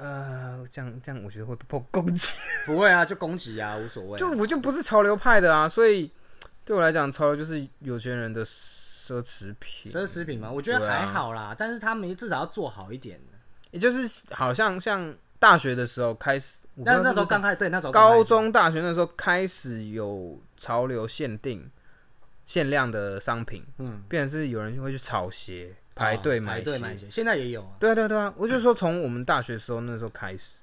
Speaker 1: 呃，这样这样，我觉得会被迫攻击。
Speaker 2: 不会啊，就攻击啊，无所谓啊。
Speaker 1: 就我就不是潮流派的啊，所以对我来讲，潮流就是有钱人的奢侈品。
Speaker 2: 奢侈品嘛，我觉得
Speaker 1: 对啊
Speaker 2: 还好啦，但是他们至少要做好一点。
Speaker 1: 也就是好像像大学的时候开始，我不知
Speaker 2: 那
Speaker 1: 道
Speaker 2: 那时候
Speaker 1: 是不
Speaker 2: 刚
Speaker 1: 是
Speaker 2: 开始对，那时候刚开
Speaker 1: 高
Speaker 2: 始哦
Speaker 1: 中、大学那时候开始有潮流限定限量的商品，
Speaker 2: 嗯
Speaker 1: 变成是有人会去炒鞋、排队
Speaker 2: 哦
Speaker 1: 买
Speaker 2: 排队买
Speaker 1: 鞋。
Speaker 2: 鞋，现在也有啊。
Speaker 1: 对啊，对啊，对啊！我就说从我们大学时候那时候开始，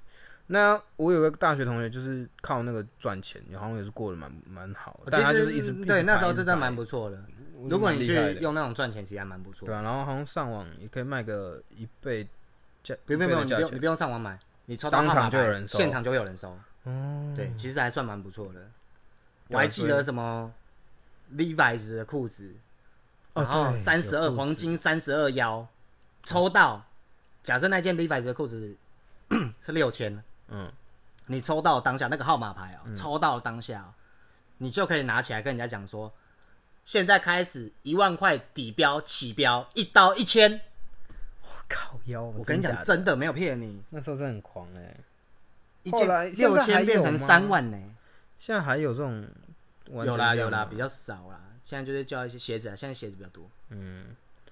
Speaker 1: 那我有个大学同学就是靠那个赚钱，好像也是过得蛮蛮好的，但他
Speaker 2: 其
Speaker 1: 就
Speaker 2: 实嗯
Speaker 1: 是一直
Speaker 2: 对那时候真的蛮
Speaker 1: 不。
Speaker 2: 不错的。
Speaker 1: 我觉得
Speaker 2: 如果你
Speaker 1: 嗯蛮厉害
Speaker 2: 去
Speaker 1: 的
Speaker 2: 用那种赚钱，其实还蛮不错
Speaker 1: 对
Speaker 2: 的。
Speaker 1: 啊，然后好像上网也可以卖个一倍价，
Speaker 2: 不用
Speaker 1: 一
Speaker 2: 不
Speaker 1: 倍
Speaker 2: 用，
Speaker 1: 的
Speaker 2: 你不
Speaker 1: 价
Speaker 2: 用你
Speaker 1: 钱
Speaker 2: 不用上网买，你抽到
Speaker 1: 当
Speaker 2: 号
Speaker 1: 场
Speaker 2: 码
Speaker 1: 就有
Speaker 2: 牌
Speaker 1: 人收
Speaker 2: 现场就会有人收。
Speaker 1: 哦。
Speaker 2: 对，其实还算蛮不错的。
Speaker 1: 对
Speaker 2: 我
Speaker 1: 啊
Speaker 2: 还记
Speaker 1: 所以
Speaker 2: 得什么 Levi's 的裤子，
Speaker 1: 哦
Speaker 2: 然后
Speaker 1: 对
Speaker 2: 三十
Speaker 1: 有
Speaker 2: 二
Speaker 1: 裤
Speaker 2: 黄金三十二腰，抽到，假设那件 Levi's 的裤子是六千，
Speaker 1: 嗯，
Speaker 2: 你抽到当下那个号码牌哦、抽到当下哦、你就可以拿起来跟人家讲说，现在开始一万块底标起标，一刀一千。
Speaker 1: 哦靠腰，
Speaker 2: 我跟你讲，真的没有骗你，
Speaker 1: 那时候真的很狂哎、
Speaker 2: 一
Speaker 1: 后来
Speaker 2: 件
Speaker 1: 现
Speaker 2: 六
Speaker 1: 在还
Speaker 2: 千变
Speaker 1: 有
Speaker 2: 成
Speaker 1: 吗
Speaker 2: 三万呢、
Speaker 1: 现在还有这种完全
Speaker 2: 有
Speaker 1: 这样
Speaker 2: 啦
Speaker 1: 吗
Speaker 2: 有啦，比较少啦。现在就是叫一些鞋子啊，现在鞋子比较多，
Speaker 1: 嗯，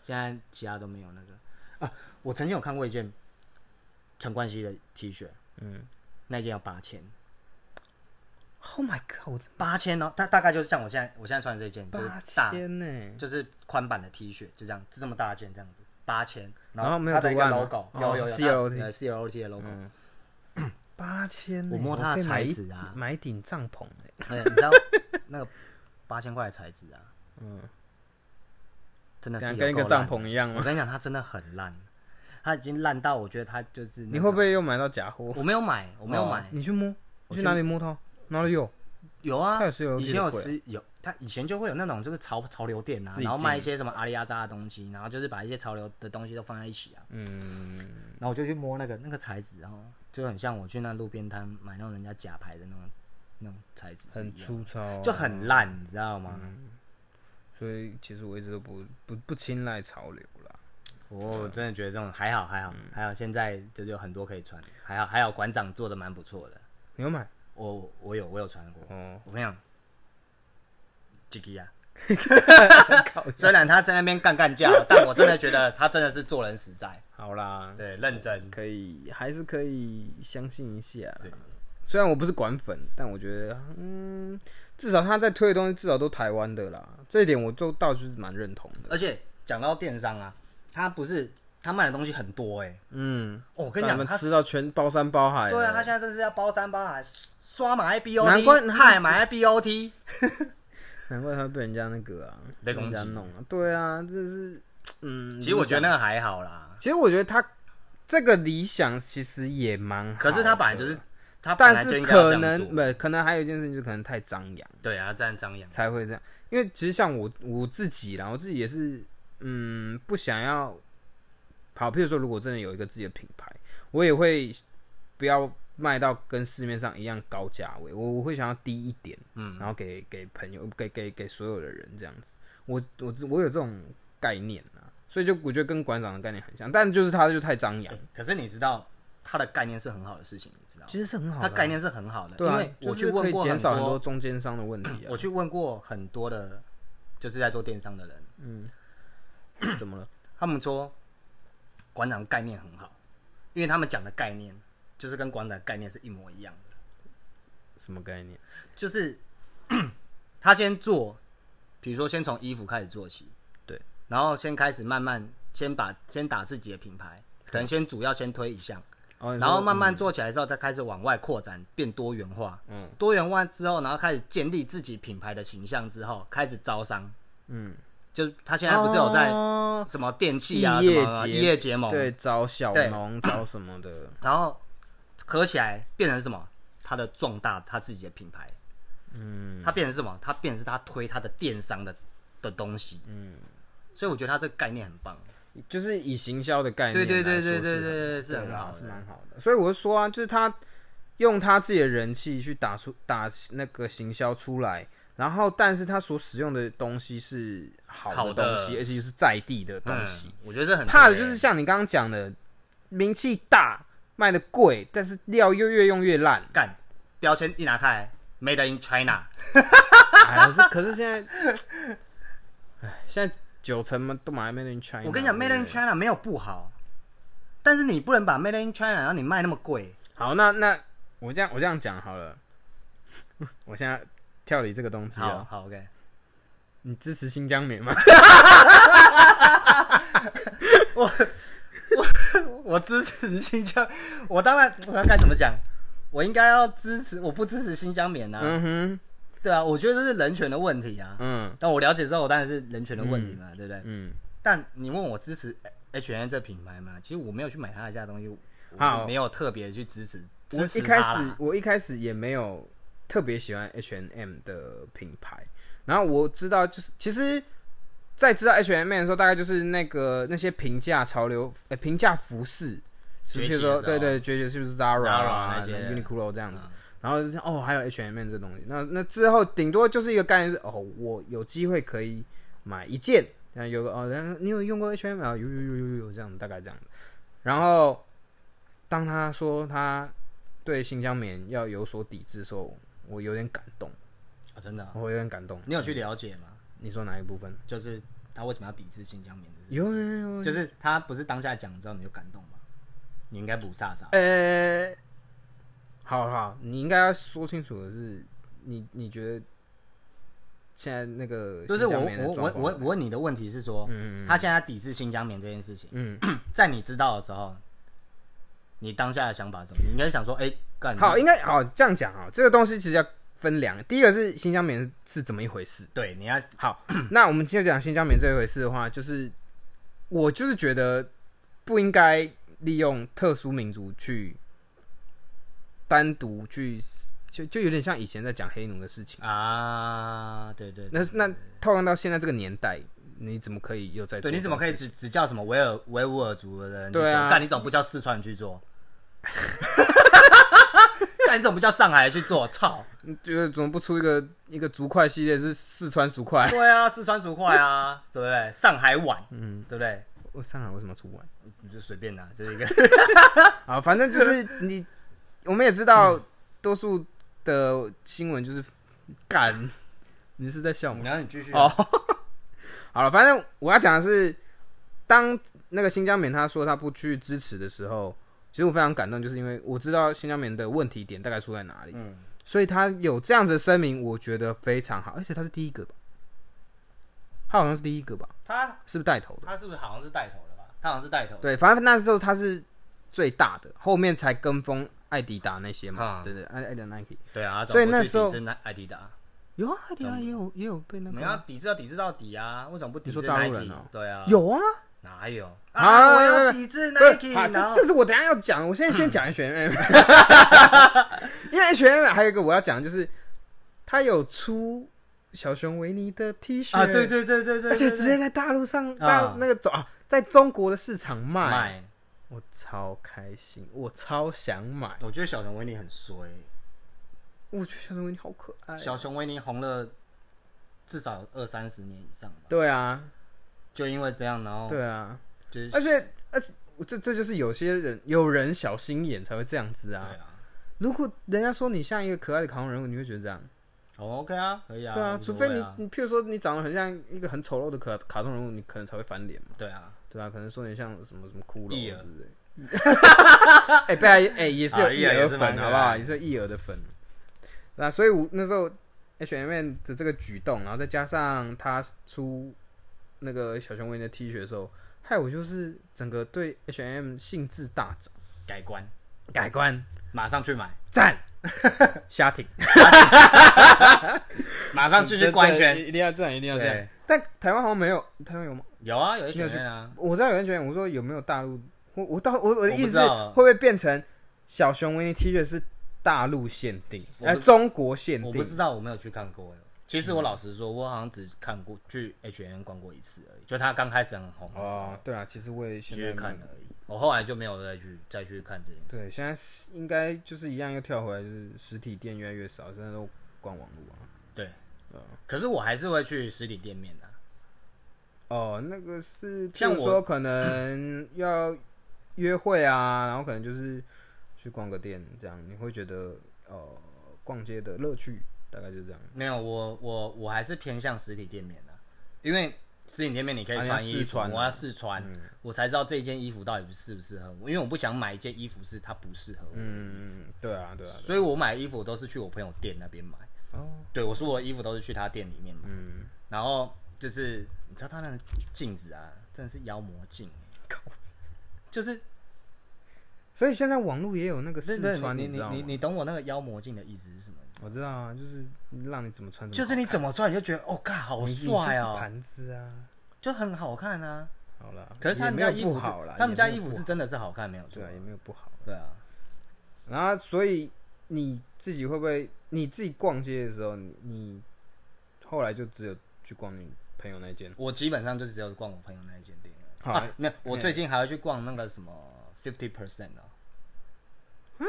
Speaker 2: 现在其他都没有那个啊。我曾经有看过一件陈冠希的 T 恤，
Speaker 1: 嗯
Speaker 2: 那件要八千，
Speaker 1: ，Oh my God，我真
Speaker 2: 八千哦，它大概就是像我现在我现在穿的这件，就是
Speaker 1: 八
Speaker 2: 大，
Speaker 1: 千欸呢，
Speaker 2: 就是宽版的 T 恤，就这样，就这么大件这样子，八千。
Speaker 1: 然后没有
Speaker 2: 它的一个
Speaker 1: 图案吗
Speaker 2: logo，
Speaker 1: 哦
Speaker 2: 有有有
Speaker 1: CLT
Speaker 2: 呃 CLT 的 logo，
Speaker 1: 嗯，八千呢，
Speaker 2: 我摸它的
Speaker 1: 可以买
Speaker 2: 材
Speaker 1: 一
Speaker 2: 质啊
Speaker 1: 买顶帐篷哎、
Speaker 2: 哎你知道那个八千块的材质啊，
Speaker 1: 嗯，
Speaker 2: 真的
Speaker 1: 这
Speaker 2: 是
Speaker 1: 样
Speaker 2: 有
Speaker 1: 跟一个
Speaker 2: 够
Speaker 1: 帐
Speaker 2: 烂
Speaker 1: 篷
Speaker 2: 的
Speaker 1: 一样
Speaker 2: 我
Speaker 1: 吗？
Speaker 2: 跟你讲，它真的很烂，它已经烂到我觉得它就是
Speaker 1: 你
Speaker 2: 那
Speaker 1: 会
Speaker 2: 种
Speaker 1: 不会又买到假货？
Speaker 2: 我没有买，我没有买
Speaker 1: 哦。你去摸，
Speaker 2: 我
Speaker 1: 你去
Speaker 2: 去
Speaker 1: 哪里摸它？哪里有？
Speaker 2: 有啊
Speaker 1: 它有 CLT，
Speaker 2: 以前有
Speaker 1: 的贵
Speaker 2: 时有，它以前就会有那种就是潮潮流店啊
Speaker 1: 自，己
Speaker 2: 然后卖一
Speaker 1: 进
Speaker 2: 些什么阿里阿扎的东西，然后就是把一些潮流的东西都放在一起啊。
Speaker 1: 嗯，
Speaker 2: 然后我就去摸那个那个材质，然后就很像我去那路边摊买那种人家假牌的那种那种材质是一
Speaker 1: 很
Speaker 2: 样的，
Speaker 1: 粗糙啊，嗯
Speaker 2: 就很烂，你知道吗？
Speaker 1: 所以其实我一直都不不不青睐潮流啦。
Speaker 2: 我真的觉得这种还好还好
Speaker 1: 嗯
Speaker 2: 还好，现在就是有很多可以穿，还好还好馆长做的蛮不错的，
Speaker 1: 你有买？
Speaker 2: 我我有我有穿过，
Speaker 1: 哦，
Speaker 2: 我跟你讲，这个啊。
Speaker 1: 靠
Speaker 2: 虽然他在那边干干架，但我真的觉得他真的是做人实在，
Speaker 1: 好啦，
Speaker 2: 对，认真。
Speaker 1: 可以还是可以相信一下啦
Speaker 2: 对。
Speaker 1: 虽然我不是管粉，但我觉得，嗯，至少他在推的东西至少都台湾的啦，这一点我就倒是蛮认同的。
Speaker 2: 而且讲到电商啊，他不是他卖的东西很多哎、
Speaker 1: 嗯，
Speaker 2: 哦我跟你讲，
Speaker 1: 咱们
Speaker 2: 他
Speaker 1: 吃到全包山包海了。
Speaker 2: 对啊，他现在真是要包山包海，刷买 B O
Speaker 1: 难怪
Speaker 2: T，嗨买 B O T，
Speaker 1: 难怪他被人家那个啊，
Speaker 2: 被攻击
Speaker 1: 人家弄啊。对啊，这是，嗯，
Speaker 2: 其实我觉得
Speaker 1: 怎么
Speaker 2: 那个还好啦
Speaker 1: 讲，，其实我觉得他这个理想其实也蛮嗯好的，
Speaker 2: 可是他本来就是他本来
Speaker 1: 但
Speaker 2: 就是应该
Speaker 1: 可
Speaker 2: 要这样
Speaker 1: 能
Speaker 2: 做，
Speaker 1: 不，可能还有一件事情就是可能太张扬
Speaker 2: 对啊，这样张扬，
Speaker 1: 才会这样，因为其实像我我自己啦，我自己也是，嗯，不想要。好，譬如说，如果真的有一个自己的品牌，我也会不要卖到跟市面上一样高价位，我我会想要低一点，
Speaker 2: 嗯
Speaker 1: 然后给给朋友，给给给所有的人这样子。我我我有这种概念啊，所以就我觉得跟馆长的概念很像，但就是他就太张扬，
Speaker 2: 可是你知道他的概念是很好的事情，你知道吗？
Speaker 1: 哎其实是很好的
Speaker 2: 他
Speaker 1: 啊，
Speaker 2: 概念是很好的，
Speaker 1: 对
Speaker 2: 因
Speaker 1: 啊
Speaker 2: 为，
Speaker 1: 就
Speaker 2: 我去
Speaker 1: 是可
Speaker 2: 问
Speaker 1: 以
Speaker 2: 过
Speaker 1: 减少很
Speaker 2: 多
Speaker 1: 多中间商的问题啊
Speaker 2: 我。去问过很多的，就是在做电商的人，
Speaker 1: 怎么了？
Speaker 2: 他们说馆长概念很好，因为他们讲的概念就是跟馆长的概念是一模一样的，
Speaker 1: 什么概念？
Speaker 2: 就是他先做，比如说先从衣服开始做起，
Speaker 1: 对，
Speaker 2: 然后先开始慢慢先把先打自己的品牌，可能先主要先推一项，
Speaker 1: 哦，你
Speaker 2: 然后
Speaker 1: 说
Speaker 2: 慢慢做起来之后再开始往外扩展，变多元化。
Speaker 1: 嗯
Speaker 2: 多元化之后，然后开始建立自己品牌的形象之后，开始招商。
Speaker 1: 嗯，
Speaker 2: 就是他现在不是有在
Speaker 1: 哦
Speaker 2: 什么电器啊、
Speaker 1: 异业
Speaker 2: 什么
Speaker 1: 结
Speaker 2: 异业结盟，
Speaker 1: 对，，找小
Speaker 2: 对
Speaker 1: 农找什么的，
Speaker 2: 然后合起来变成什么？他的壮大他自己的品牌，
Speaker 1: 嗯
Speaker 2: 他变成什么？他变成是他推他的电商的的东西，
Speaker 1: 嗯，
Speaker 2: 所以我觉得他这个概念很棒。
Speaker 1: 就是以行销的概念
Speaker 2: 对对对
Speaker 1: 来说
Speaker 2: 对
Speaker 1: 是
Speaker 2: 对
Speaker 1: 很
Speaker 2: 对，是
Speaker 1: 对
Speaker 2: 很
Speaker 1: 啦
Speaker 2: 好
Speaker 1: 是蛮
Speaker 2: 的。
Speaker 1: 好的。所以我就说啊，就是他用他自己的人气去打出打那个行销出来，然后但是他所使用的东西是好
Speaker 2: 好
Speaker 1: 的
Speaker 2: 的
Speaker 1: 东西，而且就是在地的东
Speaker 2: 嗯
Speaker 1: 西。，
Speaker 2: 我觉得这很
Speaker 1: 怕的
Speaker 2: 对
Speaker 1: 就是像你刚刚讲的，名气大，卖的贵，但是料又越用越烂。
Speaker 2: 干标签一拿开来，Made in China，
Speaker 1: 哎，可是可是现在，哎，现在九成嘛都买 Made in China。
Speaker 2: 我跟你讲
Speaker 1: 嗯对不
Speaker 2: ，Made in
Speaker 1: 对
Speaker 2: China 没有不好，但是你不能把 Made in China，然后你卖那么贵，
Speaker 1: 好，那那我这样我这样讲好了， 我现在跳离这个东西
Speaker 2: 好
Speaker 1: 啊，
Speaker 2: 好 OK，
Speaker 1: 你支持新疆棉吗？
Speaker 2: 我支持新疆，我当然我该怎么讲？我应该要支持，我不支持新疆棉啊，
Speaker 1: 嗯哼，
Speaker 2: 对啊，我觉得这是人权的问题啊。
Speaker 1: 嗯
Speaker 2: 但我了解之后，我当然是人权的问题嘛，对不对？
Speaker 1: 嗯，
Speaker 2: 但你问我支持 H N 这品牌吗？其实我没有去买它的家东西，
Speaker 1: 好
Speaker 2: 我没有特别去支持。
Speaker 1: 我
Speaker 2: 支持
Speaker 1: 一开
Speaker 2: 它
Speaker 1: 始
Speaker 2: 啦
Speaker 1: 我一开始也没有特别喜欢 H&M 的品牌，然后我知道就是其实，在知道 H&M 的时候，大概就是那个那些平价潮流，呃，平价服饰，就
Speaker 2: 崛
Speaker 1: 是譬
Speaker 2: 起的
Speaker 1: 如
Speaker 2: 时候
Speaker 1: 说对对，觉得是不是 Zara 啊、
Speaker 2: 那些
Speaker 1: Uniqlo 这样子，然后就是哦，还有 H&M 这东西，那那之后顶多就是一个概念是哦，我有机会可以买一件，然后有个哦，然后你有用过 H&M 啊？有有有有有这样，大概这样然后当他说他对新疆棉要有所抵制的时候，我有点感动，
Speaker 2: 啊真的啊，
Speaker 1: 我有点感动。
Speaker 2: 你有去了解吗？
Speaker 1: 你说哪一部分？
Speaker 2: 就是他为什么要抵制新疆棉这件事？
Speaker 1: 有有有有，
Speaker 2: 就是他不是当下讲之后你就感动吗？你应该不飒飒。
Speaker 1: 呃，好好，你应该要说清楚的是，你你觉得现在那个
Speaker 2: 就是
Speaker 1: 新
Speaker 2: 我
Speaker 1: 疆棉的
Speaker 2: 我我
Speaker 1: 状况
Speaker 2: 我我问你的问题是说，
Speaker 1: 嗯嗯
Speaker 2: 他现在抵制新疆棉这件事情，
Speaker 1: 嗯，
Speaker 2: 在你知道的时候，你当下的想法是什么？你应该想说，哎、干
Speaker 1: 好，应该好这样讲啊，这个东西其实要分两，第一个是新疆棉是怎么一回事。
Speaker 2: 对，你要
Speaker 1: 好， 那我们接着讲新疆棉这一回事的话，就是我就是觉得不应该利用特殊民族去单独去，就就有点像以前在讲黑奴的事情。
Speaker 2: 啊，对对
Speaker 1: 那
Speaker 2: 对
Speaker 1: 那套用到现在这个年代，你怎么可以又在做
Speaker 2: 对，
Speaker 1: 这种事情？
Speaker 2: 你怎么可以只只叫什么维尔维吾尔族的人去做？
Speaker 1: 对啊
Speaker 2: 但你怎么不叫四川人去做？ 但你怎么不叫上海人去 做？操！
Speaker 1: 你觉得怎么不出一个一个竹筷系列是四川竹筷？
Speaker 2: 对啊，四川族块啊，对不对？上海碗，嗯，对不对？
Speaker 1: 我上海为什么要出不来？
Speaker 2: 你就随便拿，这是 一个
Speaker 1: 啊，反正就是你，我们也知
Speaker 2: 嗯
Speaker 1: 道，多数的新闻就是干，你是在笑吗？
Speaker 2: 然后你继续
Speaker 1: 哦， 好了，反正我要讲的是，当那个新疆棉他说他不去支持的时候，其实我非常感动，就是因为我知道新疆棉的问题点大概出在哪里，
Speaker 2: 嗯，
Speaker 1: 所以他有这样子的声明，我觉得非常好，而且他是第一个吧，他好像是第一个吧，
Speaker 2: 他
Speaker 1: 是不是带头的？
Speaker 2: 他是不是好像是带头的吧？他好像是带头的，
Speaker 1: 对，反正那时候他是最大的，后面才跟风艾迪达那些嘛，
Speaker 2: 啊
Speaker 1: 对对，艾艾迪达 Nike
Speaker 2: 对啊，
Speaker 1: 所以那时候
Speaker 2: 是那艾迪达，
Speaker 1: 有啊，艾迪达也有也有被那
Speaker 2: 你
Speaker 1: 个
Speaker 2: 要
Speaker 1: 啊
Speaker 2: 抵制要抵制到底啊！为什么不抵制
Speaker 1: 你说大陆
Speaker 2: Nike？
Speaker 1: 人哦
Speaker 2: 对啊，
Speaker 1: 有啊，
Speaker 2: 哪有
Speaker 1: 啊
Speaker 2: 我要抵制
Speaker 1: 不是
Speaker 2: Nike，
Speaker 1: 啊
Speaker 2: 然
Speaker 1: 这
Speaker 2: 后嗯
Speaker 1: 这是我等一下要讲，我现在先讲 H M，因为 H M 还有一个我要讲的就是，他有出小熊维尼的 T 恤
Speaker 2: 啊，对对对对对，
Speaker 1: 而且
Speaker 2: 对
Speaker 1: 直接在大陆上大
Speaker 2: 啊
Speaker 1: 那个走啊，在中国的市场卖，
Speaker 2: 卖。
Speaker 1: 我超开心，我超想买，
Speaker 2: 我觉得小熊维尼很衰，
Speaker 1: 我觉得小熊维尼好可爱，
Speaker 2: 小熊维尼红了至少有二三十年以上吧，
Speaker 1: 对啊，
Speaker 2: 就因为这样，然后
Speaker 1: 对啊，
Speaker 2: 哦就是
Speaker 1: 而且而且我这这就是有些人有人小心眼才会这样子
Speaker 2: 对
Speaker 1: 啊，
Speaker 2: 啊。我
Speaker 1: 如果人家说你像一个可爱的卡通人物，你会觉得这样。
Speaker 2: 哦 OK 啊，可以啊，
Speaker 1: 对啊，
Speaker 2: 无
Speaker 1: 除
Speaker 2: 所
Speaker 1: 非
Speaker 2: 谓
Speaker 1: 你
Speaker 2: 啊
Speaker 1: 你譬如说你长得很像一个很丑陋的卡卡通人物，你可能才会翻脸嘛。
Speaker 2: 对啊，
Speaker 1: 对啊，可能说你像什么什么骷髅
Speaker 2: 异
Speaker 1: 之
Speaker 2: 儿
Speaker 1: 类。 哎，不然哎也是有
Speaker 2: 啊
Speaker 1: 异
Speaker 2: 异儿也
Speaker 1: 儿
Speaker 2: 是
Speaker 1: 粉，
Speaker 2: 蛮可
Speaker 1: 好不好？
Speaker 2: 爱
Speaker 1: 也是有异儿的粉。那所以，我那时候 H M 的这个举动，然后再加上他出那个小熊维尼的 T 恤的时候，害我就是整个对 H M 兴致大涨，
Speaker 2: 改观，
Speaker 1: 改观，
Speaker 2: 马上去买，
Speaker 1: 赞， 瞎挺。
Speaker 2: 马 上继续官
Speaker 1: 真
Speaker 2: 宣。
Speaker 1: 的一定要这样，一定要这样
Speaker 2: 对。
Speaker 1: 但台湾好像没有，台湾有吗？
Speaker 2: 有啊，有一
Speaker 1: 你
Speaker 2: 群
Speaker 1: 有去
Speaker 2: 人啊，
Speaker 1: 我知道有人选，我说有没有大陆？我我到我我的
Speaker 2: 我
Speaker 1: 意
Speaker 2: 不
Speaker 1: 思
Speaker 2: 知
Speaker 1: 是
Speaker 2: 道啊
Speaker 1: 会不会变成小熊维尼 T 恤是大陆限定，
Speaker 2: 我不
Speaker 1: 呃，中国限
Speaker 2: 我不
Speaker 1: 定？
Speaker 2: 知道，我没有去看过。欸其
Speaker 1: 嗯
Speaker 2: 实我老实说，我好像只看过去 H N 逛过一次而已，就他刚开始很红的时候
Speaker 1: 哦，对啊，其实我也
Speaker 2: 去
Speaker 1: 现在
Speaker 2: 看
Speaker 1: 没有
Speaker 2: 而已。我后来就没有再去再去看这件事。
Speaker 1: 对，现在是应该就是一样又跳回来，就是实体店越来越少，现在都逛网络啊。
Speaker 2: 对，可是我还是会去实体店面的啊。
Speaker 1: 哦，那个是，譬
Speaker 2: 像
Speaker 1: 如
Speaker 2: 我
Speaker 1: 说可能要约会啊，然后可能就是去逛个店，这样你会觉得呃，逛街的乐趣大概就是这样。
Speaker 2: 没有，我我我还是偏向实体店面的啊，因为实体店面你可以
Speaker 1: 啊你要
Speaker 2: 穿衣
Speaker 1: 试
Speaker 2: 服，
Speaker 1: 穿
Speaker 2: 我要试穿，
Speaker 1: 嗯
Speaker 2: 我才知道这件衣服到底适不适合我，因为我不想买一件衣服是它不适合我的衣服，
Speaker 1: 嗯，对啊，对啊，对啊
Speaker 2: 所以我买衣服都是去我朋友店那边买。
Speaker 1: 哦，
Speaker 2: 对，我说我的衣服都是去他店里面买，
Speaker 1: 嗯，
Speaker 2: 然后就是你知道他那个镜子啊，真的是妖魔镜，就是
Speaker 1: 所以现在网络也有那个
Speaker 2: 不是
Speaker 1: 试
Speaker 2: 不是
Speaker 1: 穿，知
Speaker 2: 你你
Speaker 1: 道
Speaker 2: 你
Speaker 1: 吗？
Speaker 2: 你懂我那个妖魔镜的意思是什么？
Speaker 1: 我知道啊，就是让你怎么穿怎么好，
Speaker 2: 就是你怎么穿你就觉得哦，看好
Speaker 1: 你你
Speaker 2: 帅
Speaker 1: 就是
Speaker 2: 哦，
Speaker 1: 盘子啊，
Speaker 2: 就很好看啊。
Speaker 1: 好了，
Speaker 2: 可是他
Speaker 1: 也
Speaker 2: 们
Speaker 1: 没
Speaker 2: 家
Speaker 1: 有
Speaker 2: 衣
Speaker 1: 不
Speaker 2: 服是
Speaker 1: 好啦，
Speaker 2: 他们
Speaker 1: 也
Speaker 2: 家
Speaker 1: 没
Speaker 2: 衣
Speaker 1: 有
Speaker 2: 服
Speaker 1: 不
Speaker 2: 是
Speaker 1: 好
Speaker 2: 真的是好看，没有错
Speaker 1: 对啊，。也没有不好。
Speaker 2: 对啊，
Speaker 1: 然后，所以你自己会不会你自己逛街的时候，你你后来就只有去逛你朋友那间？
Speaker 2: 我基本上就只有逛我朋友那一间店
Speaker 1: 好
Speaker 2: 啊。没有，我最近还要去逛那个什么 Fifty Percent 哦。
Speaker 1: 那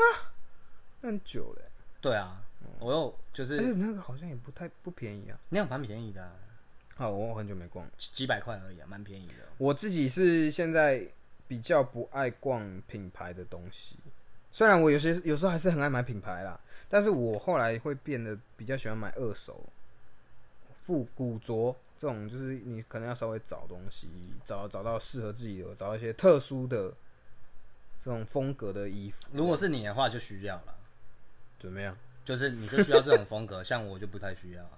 Speaker 1: 很久了欸、
Speaker 2: 对啊，我又就
Speaker 1: 而且
Speaker 2: 是
Speaker 1: 那个好像也不太不便宜啊。
Speaker 2: 那样蛮便宜的啊，
Speaker 1: 好，我很久没逛了。
Speaker 2: 几几百块而已啊，蛮便宜的。
Speaker 1: 我自己是现在比较不爱逛品牌的东西，虽然我有些有时候还是很爱买品牌啦，但是我后来会变得比较喜欢买二手、复古着这种，就是你可能要稍微找东西，找找到适合自己的，找到一些特殊的这种风格的衣服。
Speaker 2: 如果是你的话，就需要了，
Speaker 1: 怎么样？
Speaker 2: 就是你就需要这种风格， 像我就不太需要啊。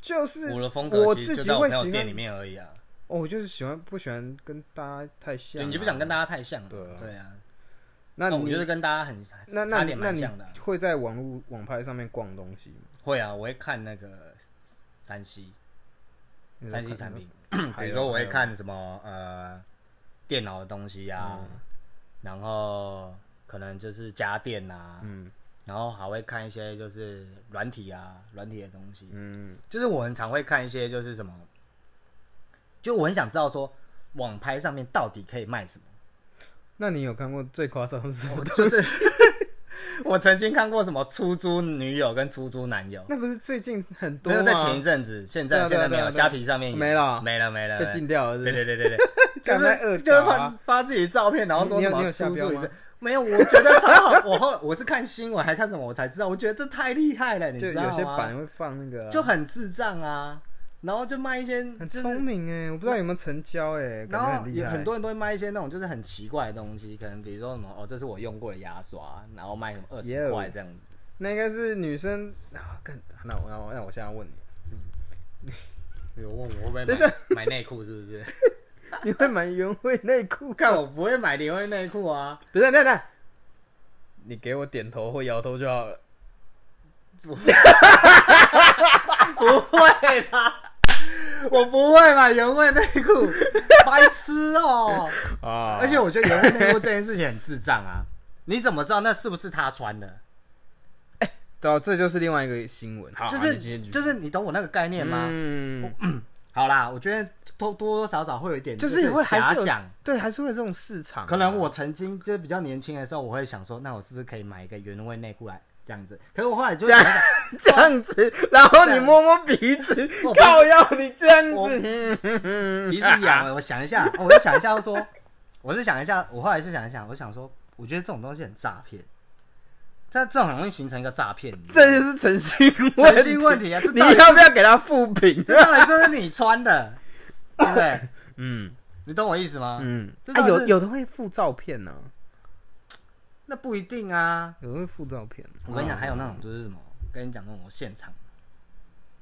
Speaker 1: 就是
Speaker 2: 我的风
Speaker 1: 我
Speaker 2: 格其
Speaker 1: 自
Speaker 2: 实就
Speaker 1: 己
Speaker 2: 在我
Speaker 1: 会
Speaker 2: 朋友
Speaker 1: 喜
Speaker 2: 店
Speaker 1: 欢
Speaker 2: 里，面而已啊，
Speaker 1: 哦，我就是喜欢不喜欢跟大家太像、
Speaker 2: 对，你就不想跟大
Speaker 1: 家？
Speaker 2: 家太像嘛。
Speaker 1: 对啊
Speaker 2: 对啊，
Speaker 1: 那
Speaker 2: 我
Speaker 1: 你
Speaker 2: 觉得跟大家很
Speaker 1: 那
Speaker 2: 差
Speaker 1: 那你
Speaker 2: 点
Speaker 1: 那
Speaker 2: 蛮
Speaker 1: 你
Speaker 2: 像的啊。
Speaker 1: 会在网络网拍上面逛东西吗？
Speaker 2: 会啊，我会看那个山西
Speaker 1: 你说
Speaker 2: 山西
Speaker 1: 看
Speaker 2: 产品，
Speaker 1: 嗯还
Speaker 2: 比
Speaker 1: 有
Speaker 2: 如说我
Speaker 1: 还
Speaker 2: 会
Speaker 1: 有
Speaker 2: 看什么呃电脑的东西啊，
Speaker 1: 嗯
Speaker 2: 然后可能就是家电啊，
Speaker 1: 嗯
Speaker 2: 然后还会看一些就是软体啊软体的东西，
Speaker 1: 嗯
Speaker 2: 就是我很常会看一些就是什么，就我很想知道说网拍上面到底可以卖 什么，，
Speaker 1: 那你有看过最夸张 的是什么？
Speaker 2: 就是我曾经看过什么出租女友跟出租男友。
Speaker 1: 那不是最近很多
Speaker 2: 没有
Speaker 1: 吗？
Speaker 2: 在前一阵子，现在
Speaker 1: 对啊对
Speaker 2: 现
Speaker 1: 啊
Speaker 2: 在没有，
Speaker 1: 对啊对啊
Speaker 2: 虾皮上面有
Speaker 1: 没了
Speaker 2: 没了没了，
Speaker 1: 被禁掉了是不
Speaker 2: 对
Speaker 1: 是，
Speaker 2: 对对对对，
Speaker 1: 干
Speaker 2: 就
Speaker 1: 在
Speaker 2: 是
Speaker 1: 恶
Speaker 2: 就是
Speaker 1: 搞
Speaker 2: 发
Speaker 1: 啊！
Speaker 2: 发自己照片，然后说
Speaker 1: 你
Speaker 2: 什
Speaker 1: 有
Speaker 2: 么
Speaker 1: 你有下
Speaker 2: 出
Speaker 1: 标
Speaker 2: 租一
Speaker 1: 吗
Speaker 2: 次，没有，我觉得超好。我后 我是看新闻还看什么，我才知道，我觉得这太厉害了，你
Speaker 1: 就
Speaker 2: 知道吗？
Speaker 1: 有些版会放那个啊，
Speaker 2: 就很智障啊，然后就卖一些
Speaker 1: 很
Speaker 2: 就是
Speaker 1: 聪明哎，我不知道有没有成交哎，感觉
Speaker 2: 然后
Speaker 1: 很厉
Speaker 2: 有
Speaker 1: 害。
Speaker 2: 很多人都会卖一些那种就是很奇怪的东西，可能比如说什么哦，这是我用过的牙刷，然后卖什么二十
Speaker 1: Yeah
Speaker 2: 块这样子。
Speaker 1: 那应该是女生啊，干那我那我那我现在问你，
Speaker 2: 有问我会不会
Speaker 1: 等一
Speaker 2: 买内裤是不 是？
Speaker 1: 你会买原味 内裤？
Speaker 2: 看我不会买连味内裤啊，
Speaker 1: 等一下等一下等一下，你给我点头或摇头就好了。
Speaker 2: 不会啦，我不会买原味内裤，白痴哦、
Speaker 1: 啊
Speaker 2: 而且我觉得原味内裤这件事情很智障啊，你怎么知道那是不是他穿的？
Speaker 1: 对啊，这就是另外一个新闻，好，
Speaker 2: 就
Speaker 1: 你继
Speaker 2: 是
Speaker 1: 续
Speaker 2: 就是你懂我那个概念吗？
Speaker 1: 嗯，
Speaker 2: 好啦，我觉得多多多少少会有一点
Speaker 1: 就是会还
Speaker 2: 遐
Speaker 1: 是有
Speaker 2: 想。
Speaker 1: 对，还是会有这种市场啊。
Speaker 2: 可 能我曾经就是比较年轻的时候，我会想说，那我是不是可以买一个原味内裤来这样子？可是我后来就
Speaker 1: 这样
Speaker 2: 想想，
Speaker 1: 这样子，然后你摸摸鼻子
Speaker 2: 我，
Speaker 1: 靠腰，你这样
Speaker 2: 我
Speaker 1: 子，
Speaker 2: 鼻子痒了，我想一下，哦我就想一下说，我是想一下，我后来是想一想，我想说，我觉得这种东西很诈骗，但这种很容易形成一个诈骗，你知道
Speaker 1: 这
Speaker 2: 吗
Speaker 1: 就是诚信问
Speaker 2: 诚信问题啊这
Speaker 1: 你
Speaker 2: 到底
Speaker 1: 要不要给他复评？
Speaker 2: 这到底是不是你穿的，对不对？
Speaker 1: 嗯
Speaker 2: 你懂我意思吗？
Speaker 1: 嗯，
Speaker 2: 这
Speaker 1: 啊，
Speaker 2: 倒
Speaker 1: 有
Speaker 2: 是
Speaker 1: 有的会附照片呢，
Speaker 2: 那不一定啊。
Speaker 1: 有的会附照片。
Speaker 2: 我跟你
Speaker 1: 嗯
Speaker 2: 讲，还有那种就是什么，跟你讲那种现场，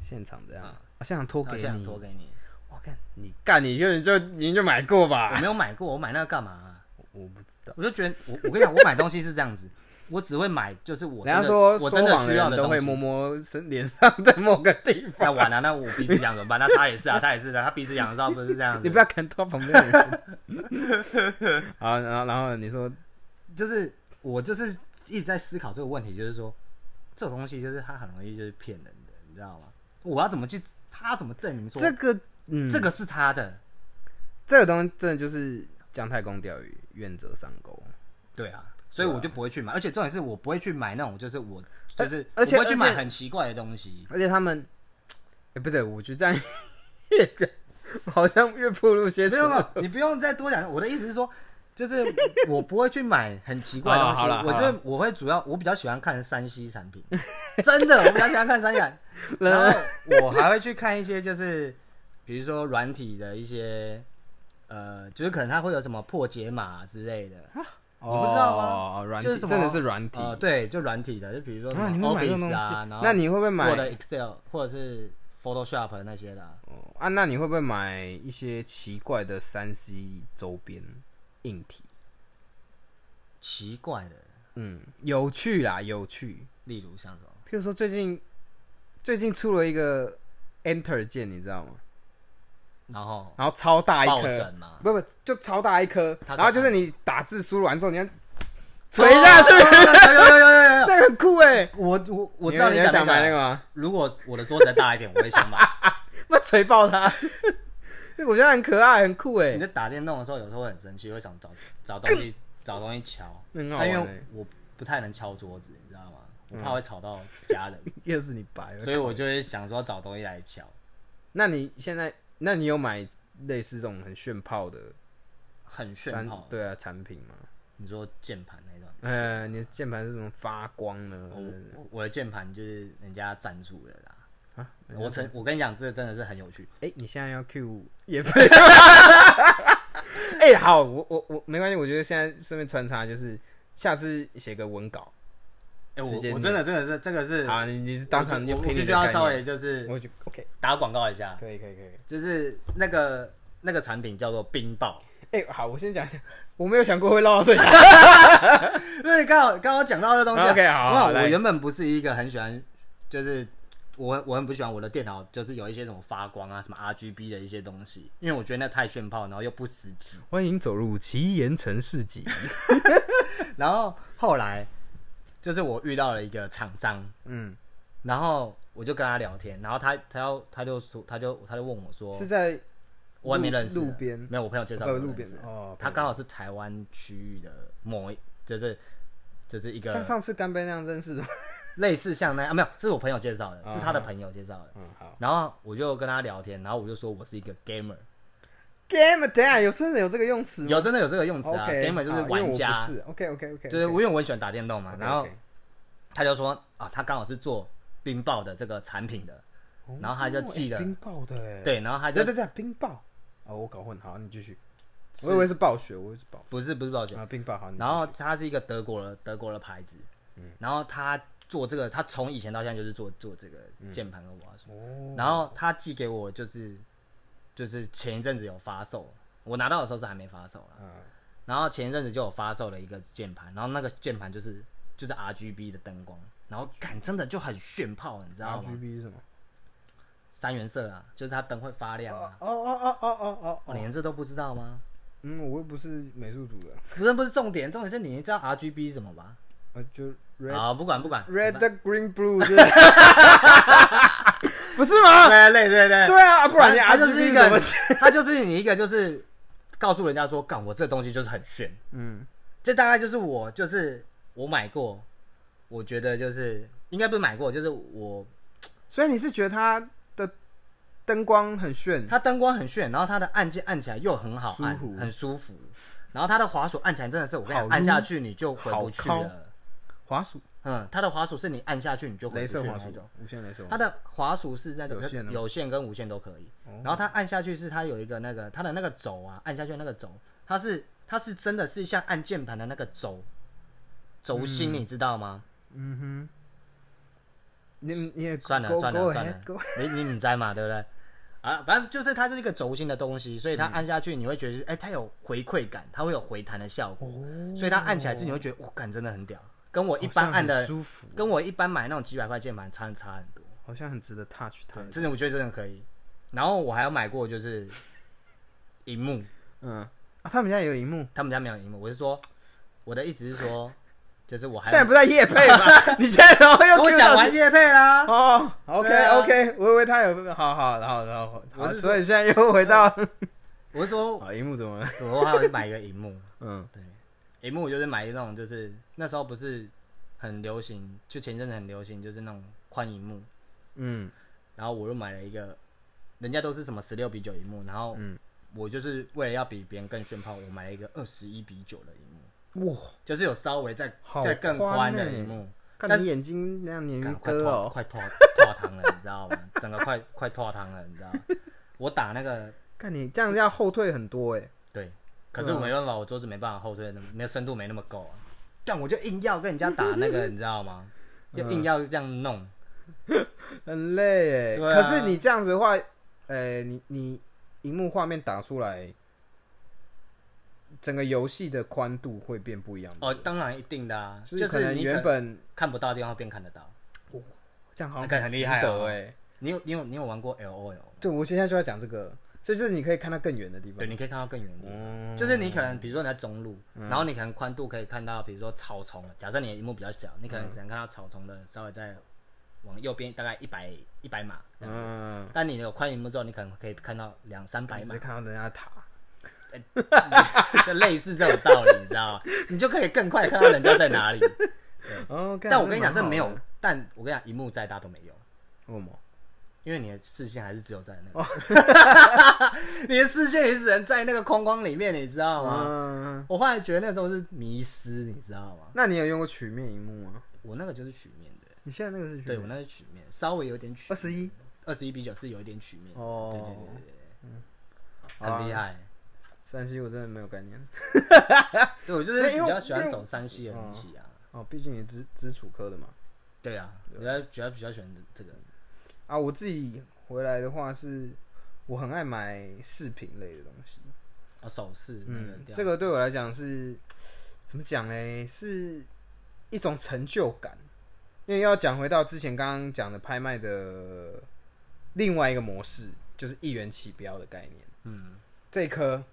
Speaker 1: 现场这样，啊现场脱
Speaker 2: 然后
Speaker 1: 给
Speaker 2: 现场
Speaker 1: 你，
Speaker 2: 脱给你，
Speaker 1: 我看你干，你就你就你就买过
Speaker 2: 我
Speaker 1: 吧？
Speaker 2: 没有买过，我买那个干嘛啊、
Speaker 1: 我不知道。
Speaker 2: 我就觉得，我我跟你讲，我买东西是这样子，我只会买就是我真
Speaker 1: 人家
Speaker 2: 的
Speaker 1: 说
Speaker 2: 我
Speaker 1: 说
Speaker 2: 真的
Speaker 1: 谎
Speaker 2: 需
Speaker 1: 的
Speaker 2: 要
Speaker 1: 人
Speaker 2: 的
Speaker 1: 都
Speaker 2: 东
Speaker 1: 会
Speaker 2: 西
Speaker 1: 摸。摸身脸上的某个地方。
Speaker 2: 那完了、那我鼻子痒怎么办？那他也是啊，他也是的、他鼻子痒的时候不是这样子。
Speaker 1: 你不要砍到旁边的人。 好，然后然后你说，
Speaker 2: 就是我就是一直在思考这个问题，就是说这种东西就是它很容易就是骗人的，你知道吗？我要怎么去，他怎么证明说
Speaker 1: 这个，嗯，
Speaker 2: 这个是他的？
Speaker 1: 这个东西真的就是姜太公钓鱼，愿者上钩。
Speaker 2: 对啊，所以我就不会去买，而且重点是我不会去买那种就是我就是
Speaker 1: 而且
Speaker 2: 我不会去
Speaker 1: 而
Speaker 2: 买
Speaker 1: 且
Speaker 2: 很奇怪的东西。
Speaker 1: 而且他们，哎、不对，我觉得这样越讲好像越暴露些什
Speaker 2: 没有没
Speaker 1: 么。
Speaker 2: 有，你不用再多讲。我的意思是说， 就是我不会去买很奇怪的 东
Speaker 1: 哦好
Speaker 2: 西，
Speaker 1: 啦
Speaker 2: 我
Speaker 1: 好
Speaker 2: 就
Speaker 1: 啦
Speaker 2: 是我会主要我比较喜欢看山西产品，真的，我比较喜欢看山西产品。然后我还会去看一些就是，比比如说软体的一些，呃，就是可能它会有什么破解码之类的，
Speaker 1: 你
Speaker 2: 你不知道吗
Speaker 1: 哦，软体
Speaker 2: 就是什么
Speaker 1: 真的是软体
Speaker 2: 呃，对，就软体的，就比如说什
Speaker 1: 啊你
Speaker 2: 么
Speaker 1: 会买这种东
Speaker 2: Office
Speaker 1: 西
Speaker 2: 啊，然后
Speaker 1: 那你会不会买
Speaker 2: Word、Excel 或者是 Photoshop 那些的啊、
Speaker 1: 哦啊，那你会不会买一些奇怪的三 C 周边硬体？
Speaker 2: 奇怪的，
Speaker 1: 嗯，有趣啦，有趣。
Speaker 2: 例如像什么
Speaker 1: 譬如说最近最近出了一个 Enter 键，你知道吗？，
Speaker 2: 然后
Speaker 1: 然后超大一
Speaker 2: 抱
Speaker 1: 颗
Speaker 2: 枕，嘛，
Speaker 1: 不不，就超大一颗。
Speaker 2: 它可以
Speaker 1: 然后就是你打字输入完之后，你要垂
Speaker 2: 啊
Speaker 1: 下去，
Speaker 2: 哦有有有有有有 有，
Speaker 1: 那个很酷哎。
Speaker 2: 我我我知道
Speaker 1: 你
Speaker 2: 讲
Speaker 1: 会想买
Speaker 2: 那
Speaker 1: 那个吗？
Speaker 2: 如果我的桌子再大一点，我 也想买。
Speaker 1: 那锤爆它，那 我觉得很可爱，很酷哎
Speaker 2: 你在，打电动的时候，有时候会很生气，会想找找东西找东西敲，
Speaker 1: 嗯很好
Speaker 2: 但
Speaker 1: 玩
Speaker 2: 因
Speaker 1: 哎
Speaker 2: 为。我不太能敲桌子，你知道吗？我怕会吵到家人，
Speaker 1: 又是你白了，
Speaker 2: 所以我就会想说找东西来敲。
Speaker 1: 那你现在，那你有买类似这种很炫炮的
Speaker 2: 很
Speaker 1: 三
Speaker 2: 炫炮，
Speaker 1: 对啊产品吗？
Speaker 2: 你说键盘那种，
Speaker 1: 呃，你的键盘是什么发光呢？
Speaker 2: 我我的键盘就是人家赞助的啦。
Speaker 1: 啊，
Speaker 2: 我曾我跟你讲，这个真的是很有趣。
Speaker 1: 哎、你现在要 Q 也配？ 哎、好，我我我没关系，我觉得现在顺便穿插就是，下次写个文稿，
Speaker 2: 哎，我
Speaker 1: 直接
Speaker 2: 我
Speaker 1: 念
Speaker 2: 真的真的是这个是，
Speaker 1: 好，你你是当场
Speaker 2: 我
Speaker 1: 就
Speaker 2: 我
Speaker 1: 拼你
Speaker 2: 必须
Speaker 1: 的
Speaker 2: 要
Speaker 1: 概
Speaker 2: 稍
Speaker 1: 念
Speaker 2: 微就是
Speaker 1: 我就 OK，
Speaker 2: 打广告一下，
Speaker 1: 可以可以可以。
Speaker 2: 就是那个那个产品叫做冰爆。
Speaker 1: 哎、好，我先讲一下，我没有想过会唠到这里。
Speaker 2: 因为刚好刚好讲到这东西啊、
Speaker 1: OK，好好
Speaker 2: 我
Speaker 1: 来
Speaker 2: 我原本不是一个很喜欢，就是我我很不喜欢我的电脑，就是有一些什么发光啊、什么 RGB 的一些东西，因为我觉得那太炫炮，然后又不实际。
Speaker 1: 欢迎走入奇岩城市集。
Speaker 2: 然后后来就是我遇到了一个厂商，
Speaker 1: 嗯，
Speaker 2: 然后我就跟他聊天，然后他他要他就说他就他就问我说，
Speaker 1: 是在
Speaker 2: 我还没认识的
Speaker 1: 路边
Speaker 2: 没有我朋友介绍
Speaker 1: 呃
Speaker 2: 我
Speaker 1: 路
Speaker 2: 认
Speaker 1: 边
Speaker 2: 识的
Speaker 1: 哦
Speaker 2: 他刚好是台湾区域的某一就是就是一个
Speaker 1: 像上次干杯那样认识的吗。
Speaker 2: 类似像那样、啊，没有，是我朋友介绍的，
Speaker 1: 啊
Speaker 2: 是他的朋友介绍的。
Speaker 1: 嗯， 好。
Speaker 2: 然后我就跟他聊天，然后我就说我是一个 gamer，
Speaker 1: Game，等一下有真的有这个用词吗？
Speaker 2: 有真的有这个用词啊
Speaker 1: OK，
Speaker 2: ，gamer 就是
Speaker 1: 好
Speaker 2: 玩家，
Speaker 1: 因为我不是 OK OK OK，
Speaker 2: 就是我因为我很喜欢打电动嘛。然后
Speaker 1: OK，OK
Speaker 2: 他就说啊，他刚好是做冰爆的这个产品的，然后他就寄了
Speaker 1: 哦哎冰爆的哎，
Speaker 2: 对，然后他
Speaker 1: 对
Speaker 2: 啊就
Speaker 1: 对对，冰爆。哦，我搞混，好，你继续。我以为是暴雪，我以为是暴
Speaker 2: 不是不是抱歉，
Speaker 1: 啊冰爆，好，你
Speaker 2: 然后它是一个德国的德国的牌子，
Speaker 1: 嗯
Speaker 2: 然后他做这个，他从以前到现在就是做做这个键盘跟娃娃机
Speaker 1: 继续哦，
Speaker 2: 然后他寄给我就是就是前一阵子有发售，我拿到的时候是还没发售啦。
Speaker 1: 嗯
Speaker 2: 然后前一阵子就有发售了一个键盘，然后那个键盘就是就是 RGB 的灯光，然后感真的就很炫炮，你知道吗？
Speaker 1: ，RGB 是什么？
Speaker 2: 三原色啊，就是它灯会发亮啊。
Speaker 1: 哦哦哦哦
Speaker 2: 哦，你连这都不知道吗？
Speaker 1: 嗯，我又不是美术组的，
Speaker 2: 不是不是重点，重点是你知道 RGB 是什么吧？
Speaker 1: 啊，就 Red
Speaker 2: 啊，不管不管
Speaker 1: Red
Speaker 2: 对
Speaker 1: Green Blue 是不是，不是吗？
Speaker 2: 对对对，
Speaker 1: 对啊，不然你
Speaker 2: 它它就是
Speaker 1: RGB
Speaker 2: 一
Speaker 1: 什么
Speaker 2: 个？，它就是你一个就是告诉人家说，干我这东西就是很炫，
Speaker 1: 嗯，
Speaker 2: 这大概就是我，就是我买过，我觉得就是应该不是买过，就是我
Speaker 1: 所以你是觉得它的灯光很炫？
Speaker 2: 它灯光很炫，然后它的按键按起来又很好按，
Speaker 1: 舒服
Speaker 2: 很舒服。然后它的滑鼠按起来真的是，我跟你
Speaker 1: 好
Speaker 2: 讲，
Speaker 1: 撸
Speaker 2: 按下去你就回不去
Speaker 1: 好敲
Speaker 2: 了。
Speaker 1: 滑鼠，
Speaker 2: 嗯，它的滑鼠是你按下去你就回
Speaker 1: 镭
Speaker 2: 不去
Speaker 1: 射
Speaker 2: 的
Speaker 1: 滑
Speaker 2: 那
Speaker 1: 鼠
Speaker 2: 种。，
Speaker 1: 无线镭射滑
Speaker 2: 它
Speaker 1: 鼠。
Speaker 2: 的滑鼠是那种
Speaker 1: 有线哦哦
Speaker 2: 有线跟无线都可以。然后它按下去是它有一个那个它的那个轴啊，按下去那个轴，它是它是真的是像按键盘的那个轴轴心，你知道吗？
Speaker 1: 嗯哼，你你也
Speaker 2: 算了
Speaker 1: go-
Speaker 2: 算
Speaker 1: go
Speaker 2: 了算
Speaker 1: ahead,
Speaker 2: 了
Speaker 1: go-，
Speaker 2: 你你你在嘛，对不对？啊，反正就是它是一个轴心的东西，所以
Speaker 1: 嗯
Speaker 2: 它按下去你会觉得是，哎、它有回馈感，它会有回弹的效果，
Speaker 1: 哦
Speaker 2: 所以它按起来是你会觉得，哇，感真的很屌，跟我一般
Speaker 1: 好像
Speaker 2: 按的
Speaker 1: 很，舒服，
Speaker 2: 跟我一般买那种几百块键盘差差很多，
Speaker 1: 好像很值得 touch 它。
Speaker 2: 真的我觉得真的可以。然后我还有买过就是荧幕，
Speaker 1: 嗯，啊，他们家也有荧幕，
Speaker 2: 他们家没有荧幕，我是说我的意思是说，就是我还
Speaker 1: 现在不在夜配 吧？你现在然后又
Speaker 2: 跟我
Speaker 1: cue
Speaker 2: 讲
Speaker 1: 到
Speaker 2: 完
Speaker 1: 这
Speaker 2: 叶配啦，
Speaker 1: 哦，OK
Speaker 2: 对啊
Speaker 1: OK，我以为他有，好好，然后然后
Speaker 2: 我
Speaker 1: 好，
Speaker 2: 是说嗯
Speaker 1: 所以现在又回到
Speaker 2: 我是 说
Speaker 1: 好荧幕怎么了？
Speaker 2: 我还有买一个荧幕。
Speaker 1: 嗯
Speaker 2: 对，荧幕我就是买那种，就是那时候不是很流行，就前阵子很流行，就是那种宽荧幕，
Speaker 1: 嗯
Speaker 2: 然后我又买了一个，人家都是什么十六比九荧幕，然后
Speaker 1: 嗯，
Speaker 2: 我就是为了要比别人更炫炮，我买了一个二十一比九的荧幕，
Speaker 1: 哇，
Speaker 2: 就是有稍微再
Speaker 1: 好
Speaker 2: 再更
Speaker 1: 宽
Speaker 2: 宽的
Speaker 1: 欸
Speaker 2: 荧幕，但
Speaker 1: 看你眼睛那样鲶鱼
Speaker 2: 干快
Speaker 1: 哥
Speaker 2: 脱
Speaker 1: 哦，
Speaker 2: 快脱脱汤了，你知道吗？整个快快脱汤了，你知道吗？我打那个
Speaker 1: 看你这样要后退很多哎、
Speaker 2: 对，可是我没办法，我桌子没办法后退，那么没有深度没那么够啊。但我就硬要跟人家打那个，你知道吗？
Speaker 1: 嗯
Speaker 2: 就硬要这样弄，
Speaker 1: 很累哎、
Speaker 2: 对啊
Speaker 1: 可是你这样子的话，呃、你你荧幕画面打出来，整个游戏的宽度会变不一样
Speaker 2: 哦，当然一定的啊，
Speaker 1: 就
Speaker 2: 就是
Speaker 1: 可能
Speaker 2: 你
Speaker 1: 原本
Speaker 2: 看不到的地方变看得到。
Speaker 1: 这样好像
Speaker 2: 那个很厉害哦
Speaker 1: 哎、
Speaker 2: 你有你有你有玩过 L O L？
Speaker 1: 对，我现在就要讲这个，就是你可以看到更远的地方
Speaker 2: 对，。你可以看到更远的地方。
Speaker 1: 嗯
Speaker 2: 就是你可能比如说你在中路，然后你可能宽度可以看到，比如说草丛。假设你的荧幕比较小，
Speaker 1: 嗯
Speaker 2: 你可能只能看到草丛的稍微再往右边大概一百一百码。这样
Speaker 1: 嗯，
Speaker 2: 但你有宽荧幕之后，你可能可以看到两三百
Speaker 1: 你
Speaker 2: 码
Speaker 1: 只，看到人家的塔，嗯
Speaker 2: 就类似 这种道理，你知道 吗？你就可以更快地看到人家在哪里。
Speaker 1: 哦，干
Speaker 2: 但我跟你讲，这
Speaker 1: 蛮好
Speaker 2: 没有
Speaker 1: 的，
Speaker 2: 但我跟你讲，荧幕再大都没用，
Speaker 1: 为什么？
Speaker 2: 因为你的视线还是只有在那个，
Speaker 1: 哦
Speaker 2: 你的视线也只能在那个框框里面，你知道吗？
Speaker 1: 嗯，
Speaker 2: 我后来觉得那时候是迷失，你知道吗？
Speaker 1: 那你有用过曲面荧幕吗？我
Speaker 2: 我那个就是曲面的，
Speaker 1: 你现在那个是曲
Speaker 2: 对我
Speaker 1: 面，
Speaker 2: 那是曲面，稍微有点曲
Speaker 1: 二十一，
Speaker 2: 二十一比九是有一点曲面，
Speaker 1: 哦嗯
Speaker 2: 对对对对对
Speaker 1: 好
Speaker 2: 对，
Speaker 1: 啊
Speaker 2: 很厉害。
Speaker 1: 三 C 我真的没有概念。
Speaker 2: 对我就是
Speaker 1: 没
Speaker 2: 比
Speaker 1: 因为
Speaker 2: 较喜欢
Speaker 1: 因为
Speaker 2: 走山西的东西啊，
Speaker 1: 哦，毕竟你直直楚科的嘛。
Speaker 2: 对啊，我比较比较比较喜欢这个，
Speaker 1: 啊，我自己回来的话是，我很爱买饰品类的东西。
Speaker 2: 哦手势那个
Speaker 1: 嗯，
Speaker 2: 调
Speaker 1: 这个对我来讲是怎么讲嘞？是一种成就感，因为要讲回到之前刚刚讲的拍卖的另外一个模式，就是一元起标的概念。
Speaker 2: 嗯，
Speaker 1: 这一颗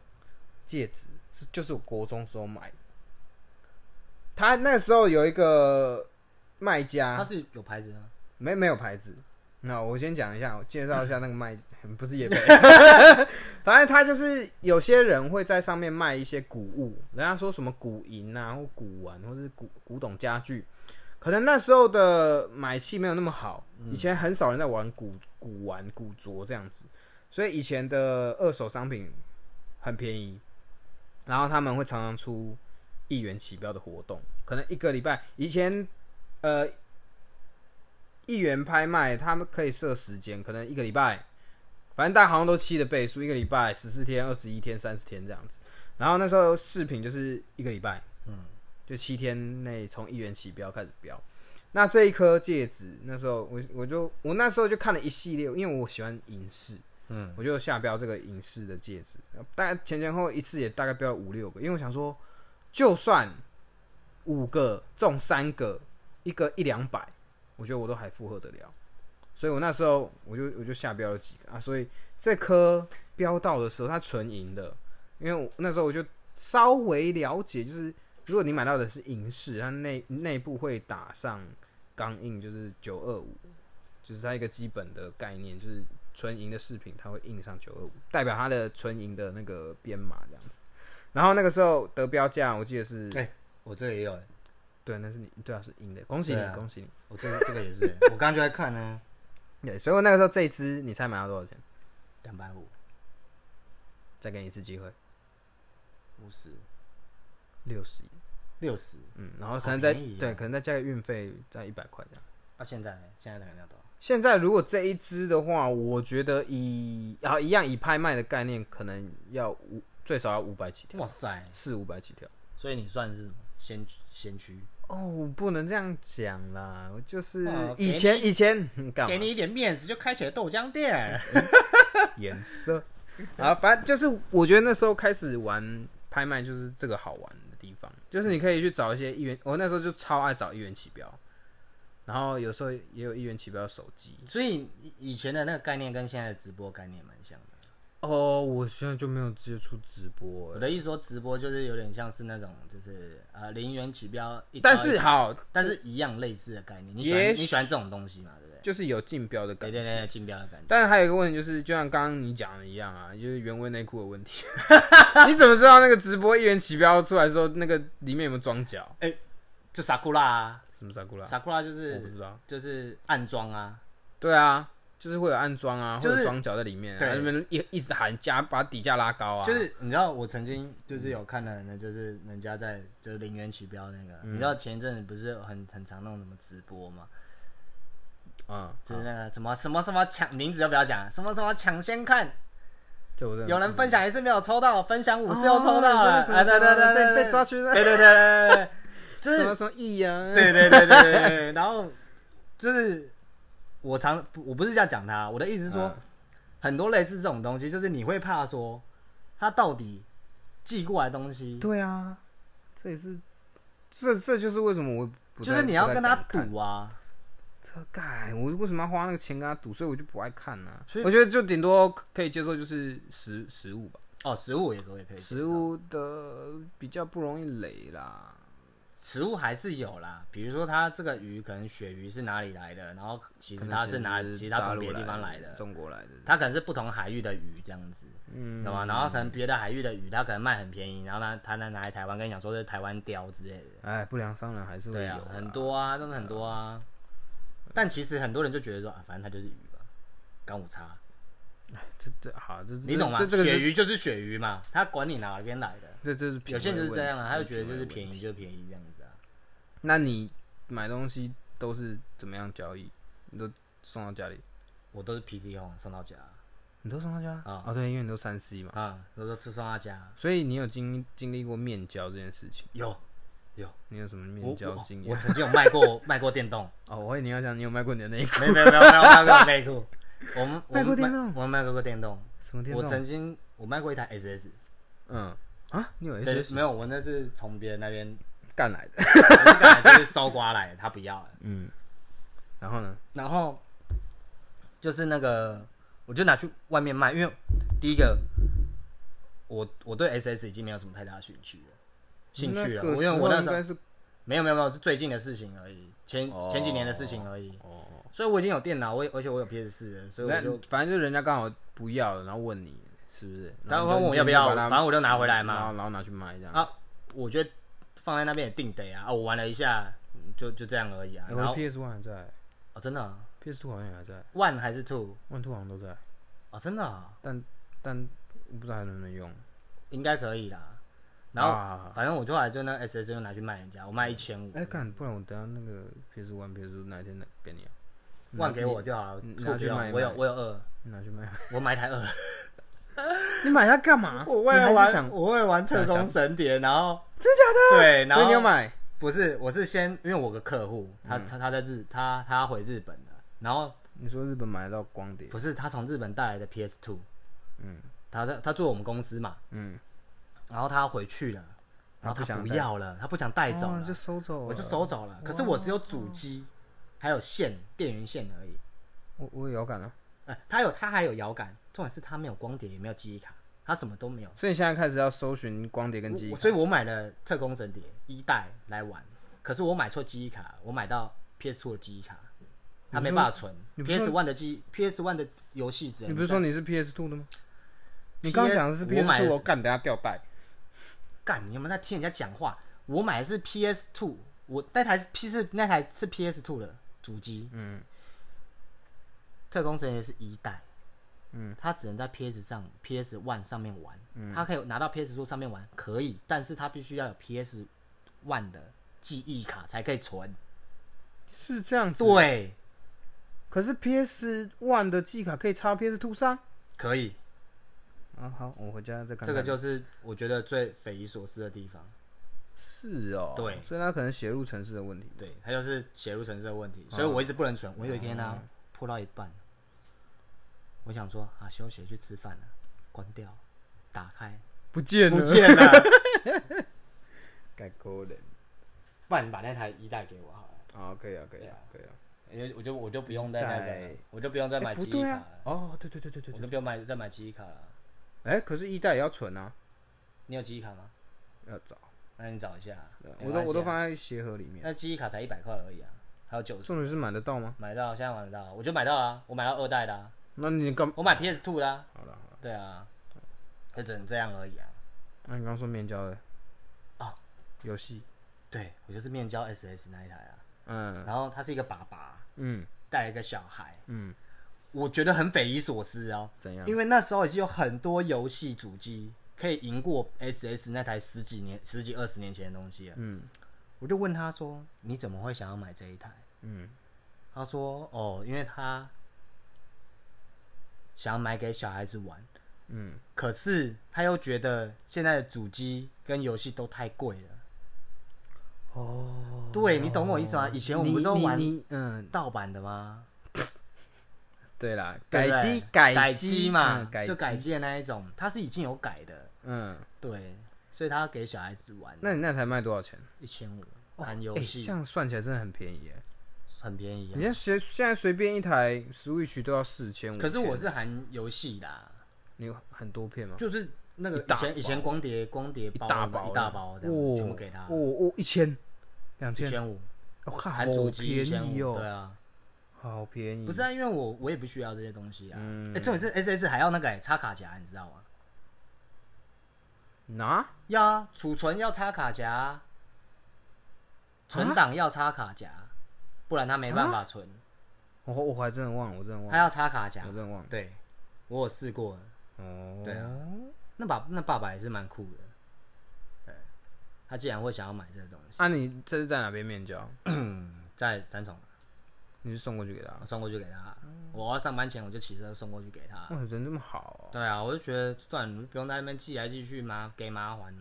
Speaker 1: 戒指是就是我国中时候买的，他那时候有一个卖
Speaker 2: 它
Speaker 1: 家，
Speaker 2: 是有牌子啊，
Speaker 1: 没没有牌子。那我先讲一下，我介绍一下那个卖， 不是也反正他就是有些人会在上面卖一些古物，人家说什么古银啊，或古玩，或是古古董家具。可能那时候的买气没有那么好，以前很少人在玩古古玩、古着这样子，所以以前的二手商品很便宜，然后他们会常常出一元起标的活动，可能一个礼拜以前，呃，一元拍卖他们可以设时间，可能一个礼拜，反正大家好像都七的倍数，一个礼拜十四天、二十一天、三十天这样子。然后那时候视频就是一个礼拜，
Speaker 2: 嗯，
Speaker 1: 就七天内从一元起标开始标。那这一颗戒指，那时候我我就我那时候就看了一系列，因为我喜欢银饰，
Speaker 2: 嗯，
Speaker 1: 我就下标这个银饰的戒指，大概前前后后一次也大概标了五六个，因为我想说，就算五个中三个，一个一两百，我觉得我都还负荷得了，所以我那时候我就我就下标了几个啊，所以这颗标到的时候它纯银的，因为我那时候我就稍微了解，就是如果你买到的是银饰，它内内部会打上钢印，就是九二五，就是它一个基本的概念，就是纯银的饰品它会印上九二五，代表它的纯银的那个编码这样子。然后那个时候的标价我记得是，
Speaker 2: 哎我这个也有欸，
Speaker 1: 对，那是你对啊是银的，恭喜你、
Speaker 2: 对啊
Speaker 1: 恭喜你。
Speaker 2: 我这个这个也是欸，我刚刚就在看呢，
Speaker 1: 对，所以我那个时候这一支你猜买到多少钱？
Speaker 2: 两百五
Speaker 1: 再给你一次机会，
Speaker 2: 五十
Speaker 1: 六十，
Speaker 2: 六十，
Speaker 1: 嗯，然后
Speaker 2: 好
Speaker 1: 可能再、
Speaker 2: 便宜啊
Speaker 1: 对，可能再加个运费，再一百块这样。
Speaker 2: 那啊现在呢现在大概多少？
Speaker 1: 现在如果这一支的话，我觉得以啊一样以拍卖的概念，可能要五最少要五百起跳，
Speaker 2: 哇塞！
Speaker 1: 四五百起跳。
Speaker 2: 所以你算是先先驱，
Speaker 1: 哦，不能这样讲啦，我就是
Speaker 2: 哦
Speaker 1: 以
Speaker 2: 给
Speaker 1: 前以前嗯干嘛？
Speaker 2: 给你一点面子就开启了豆浆店。
Speaker 1: 颜色。啊，反正就是我觉得那时候开始玩拍卖，就是这个好玩的地方，就是你可以去找一些一元，我那时候就超爱找一元起标，然后有时候也有一元起标的手机。
Speaker 2: 所以以以前的那个概念跟现在的直播概念蛮像的。
Speaker 1: 哦，我现在就没有接触直播
Speaker 2: 我的意思说，直播就是有点像是那种，就是呃零元起标一 刀
Speaker 1: 但
Speaker 2: 一，
Speaker 1: 是好，
Speaker 2: 但是一样类似的概念。你喜欢
Speaker 1: 也
Speaker 2: 你
Speaker 1: 许
Speaker 2: 喜欢这种东西嘛？对不对？
Speaker 1: 就是有竞标的
Speaker 2: 对
Speaker 1: 感
Speaker 2: 对
Speaker 1: 觉。
Speaker 2: 对，竞标的感觉。
Speaker 1: 但是还有一个问题，就是就像刚刚你讲的一样啊，就是原味内裤的问 题。你怎么知道那个直播一元起标出来之后，那个里面有没有装脚？
Speaker 2: 就傻库拉啊，
Speaker 1: 什么傻姑啦？
Speaker 2: 傻库拉就
Speaker 1: 我不知
Speaker 2: 是
Speaker 1: 道。
Speaker 2: 就是暗装啊，
Speaker 1: 对啊，就是会有暗装啊，
Speaker 2: 就是
Speaker 1: 或者装脚在里面、啊，
Speaker 2: 对
Speaker 1: 那边一一直喊加，把底价拉高啊。
Speaker 2: 就是你知道，我曾经就是有看到人家，就是人家在就是零元起标那个，你知道前一阵子不是很很常弄什么直播嘛，
Speaker 1: 嗯，
Speaker 2: 就是那个什么什么什么抢名字都不要讲，什么什么抢先看，
Speaker 1: 这我真的
Speaker 2: 有人分享一次没有抽到，分享五次
Speaker 1: 哦
Speaker 2: 又抽到了，
Speaker 1: 什
Speaker 2: 哎
Speaker 1: 么什么
Speaker 2: 对对对
Speaker 1: 被
Speaker 2: 对，对
Speaker 1: 被抓去了
Speaker 2: 对对对对对对，就
Speaker 1: 什
Speaker 2: 是
Speaker 1: 么 什么啊异样，
Speaker 2: 对对对对对对对，然后就是我常不我不是这样讲他，我的意思是说，
Speaker 1: 嗯
Speaker 2: 很多类似这种东西，就是你会怕说他到底寄过来的东西，
Speaker 1: 对啊，这也是这这就是为什么我不
Speaker 2: 就
Speaker 1: 太
Speaker 2: 是你要
Speaker 1: 不太
Speaker 2: 跟他
Speaker 1: 敢看
Speaker 2: 赌啊，
Speaker 1: 这干，我为什么要花那个钱跟他赌？所以我就不爱看呢、
Speaker 2: 所以
Speaker 1: 我觉得就顶多可以接受就是食食物吧，
Speaker 2: 哦，食物也可以可以，
Speaker 1: 食物的比较不容易累啦。
Speaker 2: 食物还是有啦，比如说它这个鱼可能鳕鱼是哪里来的，然后其
Speaker 1: 可
Speaker 2: 实
Speaker 1: 能
Speaker 2: 它是哪，
Speaker 1: 只
Speaker 2: 其实它
Speaker 1: 大
Speaker 2: 从
Speaker 1: 陆
Speaker 2: 别的地方来
Speaker 1: 来
Speaker 2: 的，
Speaker 1: 中国来的。
Speaker 2: 它可能是不同海域的鱼这样子，
Speaker 1: 嗯，
Speaker 2: 懂吗？然后可能别的海域的鱼，它可能卖很便宜，然后呢，它呢拿来台湾跟你讲说是台湾鲷之类的。
Speaker 1: 哎，不良商人还是会
Speaker 2: 对
Speaker 1: 有
Speaker 2: 啊
Speaker 1: 啦、，
Speaker 2: 很多啊，真的很多啊。但其实很多人就觉得说啊，反正它就是鱼吧，干我叉，
Speaker 1: 这这好，这
Speaker 2: 你懂吗？
Speaker 1: 这这个
Speaker 2: 鳕
Speaker 1: 是
Speaker 2: 鱼就是鳕鱼嘛，它管你哪边来的。
Speaker 1: 这这是品
Speaker 2: 有些人就
Speaker 1: 味
Speaker 2: 是
Speaker 1: 问
Speaker 2: 这样
Speaker 1: 题
Speaker 2: 啊，他就觉得就是
Speaker 1: 品味
Speaker 2: 便
Speaker 1: 问
Speaker 2: 宜
Speaker 1: 题
Speaker 2: 就便宜这样子啊。
Speaker 1: 那你买东西都是怎么样交易？你都送到家里？
Speaker 2: 我都是 PC 红送到家
Speaker 1: 你都送到家
Speaker 2: 啊
Speaker 1: 哦，对，因为你都三 C 嘛，
Speaker 2: 啊，都都是送到家。
Speaker 1: 所以你有经经历过面交这件事情？
Speaker 2: 有有，
Speaker 1: 你有什么
Speaker 2: 我
Speaker 1: 面交
Speaker 2: 我
Speaker 1: 经
Speaker 2: 我
Speaker 1: 验？
Speaker 2: 曾经有卖过 卖过电动，
Speaker 1: 哦，我以为你要讲你有卖过你的内裤，
Speaker 2: 没有没有没有没有卖过内裤，我们我
Speaker 1: 卖
Speaker 2: 们
Speaker 1: 过电动
Speaker 2: 我们卖过过电动，
Speaker 1: 什么电
Speaker 2: 我曾
Speaker 1: 动？
Speaker 2: 经我卖过一台 SS，
Speaker 1: 嗯啊，你有一
Speaker 2: 对
Speaker 1: 些，
Speaker 2: 没有，我那是从别人那边
Speaker 1: 干来的，
Speaker 2: 我就感觉就是搜刮来，他不要了。
Speaker 1: 嗯，然后呢？
Speaker 2: 然后就是那个，我就拿去外面卖，因为第一个，我我对 SS 已经没有什么太大的兴趣了，兴趣了。
Speaker 1: 那个
Speaker 2: 我因为我
Speaker 1: 时
Speaker 2: 那
Speaker 1: 候
Speaker 2: 时
Speaker 1: 应该
Speaker 2: 候
Speaker 1: 是
Speaker 2: 没有没有没有，是最近的事情而已，前、
Speaker 1: 哦
Speaker 2: 前几年的事情而已。
Speaker 1: 哦，
Speaker 2: 所以我已经有电脑，我也而且我有 PS 四，所以我
Speaker 1: 那
Speaker 2: 就
Speaker 1: 反正就人家刚好不要了，然后问你是不是？
Speaker 2: 他
Speaker 1: 然后
Speaker 2: 问
Speaker 1: 你就
Speaker 2: 我要不
Speaker 1: 你就
Speaker 2: 要
Speaker 1: 把它
Speaker 2: 反正我就拿回来嘛
Speaker 1: 然后然后拿去卖这样。
Speaker 2: 啊，我觉得放在那边也定得啊啊，我玩了一下，就就这样而已啊。
Speaker 1: 哎我
Speaker 2: 然后
Speaker 1: PS One 还在
Speaker 2: 哦，真的啊
Speaker 1: ，PS Two 好像也还在
Speaker 2: One 还是 Two
Speaker 1: ，One Two 好像都在，
Speaker 2: 哦，真的啊
Speaker 1: 但但我不知道还能不能用。
Speaker 2: 应该可以啦。然后
Speaker 1: 啊
Speaker 2: 反正我后来就那 S S 就拿去卖人家，我卖一千五，
Speaker 1: 哎，干，不然我等下那个 PS One、PS Two 哪一天给你啊？
Speaker 2: 万给我就好了
Speaker 1: 你，
Speaker 2: 不
Speaker 1: 拿去
Speaker 2: 用
Speaker 1: 卖
Speaker 2: 啊我有
Speaker 1: 卖
Speaker 2: 我有二，
Speaker 1: 你拿去卖。
Speaker 2: 我买台二。
Speaker 1: 你买它干嘛？你还是想
Speaker 2: 我为了玩
Speaker 1: 特工
Speaker 2: 神碟，然后
Speaker 1: 真假的？
Speaker 2: 对，然
Speaker 1: 所
Speaker 2: 后
Speaker 1: 以你要？买？
Speaker 2: 不是，我是先因为我有个客户，
Speaker 1: 嗯
Speaker 2: 他他他在日他他回日本了，然后
Speaker 1: 你说日本买得到光碟？
Speaker 2: 不是他从日本带来的 P S Two，
Speaker 1: 嗯
Speaker 2: 他在他做我们公司嘛，
Speaker 1: 嗯，
Speaker 2: 然后他回去了，然后
Speaker 1: 他不想
Speaker 2: 不
Speaker 1: 带
Speaker 2: 要了，他不想带走
Speaker 1: 哦
Speaker 2: 了，
Speaker 1: 就收走了，
Speaker 2: 我就收。走了。可是我只有主机，还有线电源线而已。
Speaker 1: 我我有遥感了，啊
Speaker 2: 呃，它有它还有摇杆，重点是它没有光碟，也没有记忆卡，它什么都没有。
Speaker 1: 所以你现在开始要搜寻光碟跟记忆
Speaker 2: 我
Speaker 1: 卡。
Speaker 2: 所以我买了特工神碟一代来玩，可是我买错记忆卡，我买到 PS2 的记忆卡，它没办法存。
Speaker 1: 你不是
Speaker 2: PS1 的记 PS1 的游戏只能
Speaker 1: 你不是说
Speaker 2: 在
Speaker 1: 你是 PS Two 的吗？你刚刚讲的是
Speaker 2: PS
Speaker 1: PS
Speaker 2: 我买的
Speaker 1: Two，
Speaker 2: 是
Speaker 1: 我干，等下掉带。
Speaker 2: 干？你有没有在听人家讲话？我买的是 PS2，我那台是 P 是那台是 PS2 的主机，
Speaker 1: 嗯
Speaker 2: 特工神碟是一代。
Speaker 1: 嗯，
Speaker 2: 它只能在 PS 上、PS One 上面玩，它可以拿到 PS Two 上面玩，可以，但是它必须要有 PS One 的记忆卡才可以存。
Speaker 1: 是这样子。，
Speaker 2: 对，
Speaker 1: 可是 PS One 的记忆卡可以插到 PS Two 上。
Speaker 2: 可以，
Speaker 1: 啊，好，我回家再看看。
Speaker 2: 这个就是我觉得最匪夷所思的地方。
Speaker 1: 是哦，
Speaker 2: 对
Speaker 1: 所以它可能写入城市的问题。
Speaker 2: 对，它就是写入程式的问题，
Speaker 1: 哦
Speaker 2: 所以我一直不能存。我有一天呢、破到一半，我想说啊，休息去吃饭了，关掉，打开
Speaker 1: 不见
Speaker 2: 不
Speaker 1: 了，
Speaker 2: 见 了，
Speaker 1: 改勾的。
Speaker 2: 不然你把那台一代给我好了。
Speaker 1: 啊，可以啊，可以啊，可以啊。
Speaker 2: 因为我就我就不用再那个
Speaker 1: 一代
Speaker 2: 了，我就不用再买
Speaker 1: 哎
Speaker 2: 记
Speaker 1: 不
Speaker 2: 忆卡
Speaker 1: 对
Speaker 2: 了。
Speaker 1: 啊，哦，对对对对对
Speaker 2: 我
Speaker 1: 对。
Speaker 2: 就不用买再买记忆卡了。
Speaker 1: 哎，可是一代也要存啊，
Speaker 2: 你有记忆卡吗？
Speaker 1: 要找。
Speaker 2: 那你找一下啊。没
Speaker 1: 我
Speaker 2: 关
Speaker 1: 都
Speaker 2: 系啊
Speaker 1: 我都放在鞋盒里面。
Speaker 2: 那记忆卡才一百块而已啊，还有九十，
Speaker 1: 重点是买得到吗？
Speaker 2: 买到现在买得到，我就买到啊，我买到二代的、啊，
Speaker 1: 那你干？
Speaker 2: 我买 PS Two 啦、
Speaker 1: 好了好了，
Speaker 2: 对啊，就只能这样而已啊。
Speaker 1: 那你刚刚说面交的
Speaker 2: 啊，
Speaker 1: 游戏，
Speaker 2: 对我就是面交 SS 那一台啊，
Speaker 1: 嗯
Speaker 2: 然后他是一个爸爸
Speaker 1: 嗯
Speaker 2: 带了一个小孩，
Speaker 1: 嗯，
Speaker 2: 我觉得很匪夷所思哦，
Speaker 1: 怎样？
Speaker 2: 因为那时候已经有很多游戏主机可以赢过 SS 那台十几年、十几二十年前的东西了。
Speaker 1: 嗯
Speaker 2: 我就问他说：“你怎么会想要买这一台？”
Speaker 1: 嗯
Speaker 2: 他说：“哦，因为他想要买给小孩子玩。”
Speaker 1: 嗯，
Speaker 2: 可是他又觉得现在的主机跟游戏都太贵了。
Speaker 1: 哦，
Speaker 2: 对你懂我意思吗？以前我们
Speaker 1: 你
Speaker 2: 不都
Speaker 1: 你
Speaker 2: 玩
Speaker 1: 你嗯，
Speaker 2: 盗版的吗？
Speaker 1: 对啦，
Speaker 2: 对不
Speaker 1: 改
Speaker 2: 对
Speaker 1: 机
Speaker 2: 改
Speaker 1: 机
Speaker 2: 嘛，
Speaker 1: 嗯改
Speaker 2: 就改
Speaker 1: 机，
Speaker 2: 机的那一种，它是已经有改的，
Speaker 1: 嗯，
Speaker 2: 对，所以他要给小孩子玩。
Speaker 1: 那你那台卖多少钱？
Speaker 2: 一千五含游
Speaker 1: 哎
Speaker 2: 戏
Speaker 1: 这样算起来真的很便宜耶。
Speaker 2: 很便宜、
Speaker 1: 你
Speaker 2: 啊，
Speaker 1: 看随现在随便一台 Switch 都要四千五，
Speaker 2: 可是我是含游戏啦，
Speaker 1: 你有很多片吗？
Speaker 2: 就是那个
Speaker 1: 一大
Speaker 2: 以前以前
Speaker 1: 包
Speaker 2: 光碟光碟包
Speaker 1: 大
Speaker 2: 嘛
Speaker 1: 包
Speaker 2: 一大包这样，全部给他
Speaker 1: 哦哦一千两
Speaker 2: 一
Speaker 1: 千，
Speaker 2: 千五，
Speaker 1: 我靠，好
Speaker 2: 含主机一
Speaker 1: 便
Speaker 2: 千
Speaker 1: 宜
Speaker 2: 五，对
Speaker 1: 哦，
Speaker 2: 啊，
Speaker 1: 好便宜，
Speaker 2: 不是啊，因为我我也不需要这些东西啊，
Speaker 1: 嗯
Speaker 2: 哎，重点是 S S 还要那个哎插卡夹，你知道吗？
Speaker 1: 拿
Speaker 2: 要啊，储存要插卡夹啊，
Speaker 1: 啊
Speaker 2: 存档要插卡夹，不然他没办法存，
Speaker 1: 我我还真的忘了，我真的忘
Speaker 2: 他
Speaker 1: 了，
Speaker 2: 要插卡夹
Speaker 1: 我，真的忘了，
Speaker 2: 对，我有试过了，
Speaker 1: 哦，
Speaker 2: 对啊，那爸那爸爸也是蛮酷的，对，他竟然会想要买这个东西，
Speaker 1: 啊，你这是在哪边面交？
Speaker 2: 在三重，
Speaker 1: 你是送过去给他？
Speaker 2: 我送过去给他，
Speaker 1: 嗯
Speaker 2: 我要上班前我就骑车送过去给他，
Speaker 1: 哇，人这么好哦，
Speaker 2: 对啊，我就觉得算了，不用在那边寄来寄去麻给麻烦，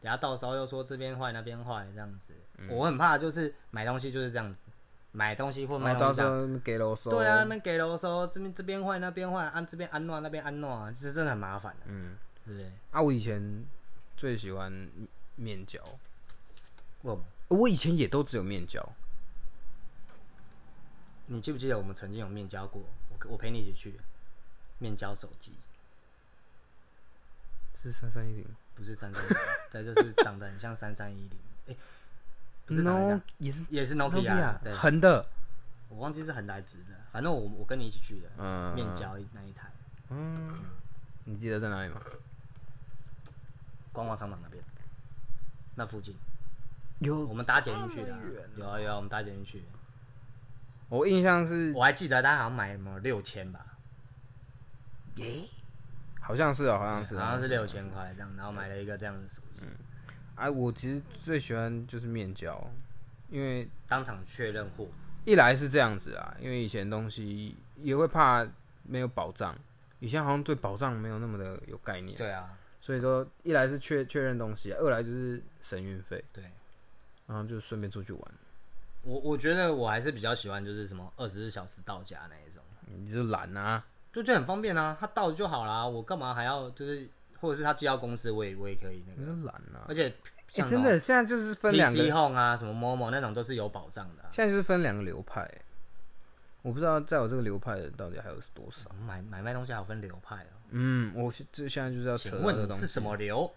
Speaker 2: 等下到时候又说这边坏那边坏这样子，
Speaker 1: 嗯
Speaker 2: 我很怕就是买东西就是这样子，买东西或卖
Speaker 1: 然啊哦后到
Speaker 2: 东西
Speaker 1: 时
Speaker 2: 这样。
Speaker 1: 候给了我收，
Speaker 2: 对啊，那边给楼收，这边这边坏那边坏，按这边安诺那边安诺，这真的很麻烦的、
Speaker 1: 嗯，
Speaker 2: 对不对？
Speaker 1: 啊，我以前最喜欢面交，
Speaker 2: 为什么？
Speaker 1: 我以前也都只有面交，
Speaker 2: 你记不记得我们曾经有面交过？我我陪你一起去面交手机，
Speaker 1: 是三三一零。
Speaker 2: 不是三三 一零，但就是长得很像三三一零，哎，不是长得像
Speaker 1: No，也是
Speaker 2: 也是 Nokia，
Speaker 1: Nokia
Speaker 2: 对，
Speaker 1: 横的，
Speaker 2: 我忘记是很来直的，反正我我跟你一起去的，
Speaker 1: 嗯
Speaker 2: 面交那一台，
Speaker 1: 嗯，你记得在哪里吗？
Speaker 2: 光华商场那边，那附近，
Speaker 1: 有
Speaker 2: 我们搭捷运去的啊
Speaker 1: 这么远，
Speaker 2: 有啊有啊，我们搭捷运去，
Speaker 1: 我印象是，
Speaker 2: 我还记得他好像买什么六千吧，
Speaker 1: 好像是哦，好像是，
Speaker 2: 好像是六千块这样，然后买了一个这样的手机，
Speaker 1: 哎，我其实最喜欢就是面交，因为
Speaker 2: 当场确认货，
Speaker 1: 一来是这样子啊，因为以前东西也会怕没有保障，以前好像对保障没有那么的有概念，
Speaker 2: 对啊，
Speaker 1: 所以说一来是确确认东西啊，二来就是省运费，
Speaker 2: 对
Speaker 1: 然后就顺便出去玩，
Speaker 2: 我我觉得我还是比较喜欢就是什么二十四小时到家那一种，
Speaker 1: 你就懒啊，
Speaker 2: 就觉得很方便啊，他到就好啦，我干嘛还要就是或者是他寄到公司，我也我也可以那
Speaker 1: 你
Speaker 2: 个，
Speaker 1: 就懒啊，
Speaker 2: 而且
Speaker 1: 哎，
Speaker 2: 像
Speaker 1: 真的现在就是分两个
Speaker 2: p Home 啊，什么 Momo 那种都是有保障的啊、
Speaker 1: 现在就是分两个流派、欸我不知道在我这个流派的到底还有多少。
Speaker 2: 买买卖东西还有分流派哦、
Speaker 1: 嗯，我现这现在就是要扯
Speaker 2: 请
Speaker 1: 到这
Speaker 2: 问
Speaker 1: 个
Speaker 2: 你
Speaker 1: 东
Speaker 2: 是
Speaker 1: 西，
Speaker 2: 什么流？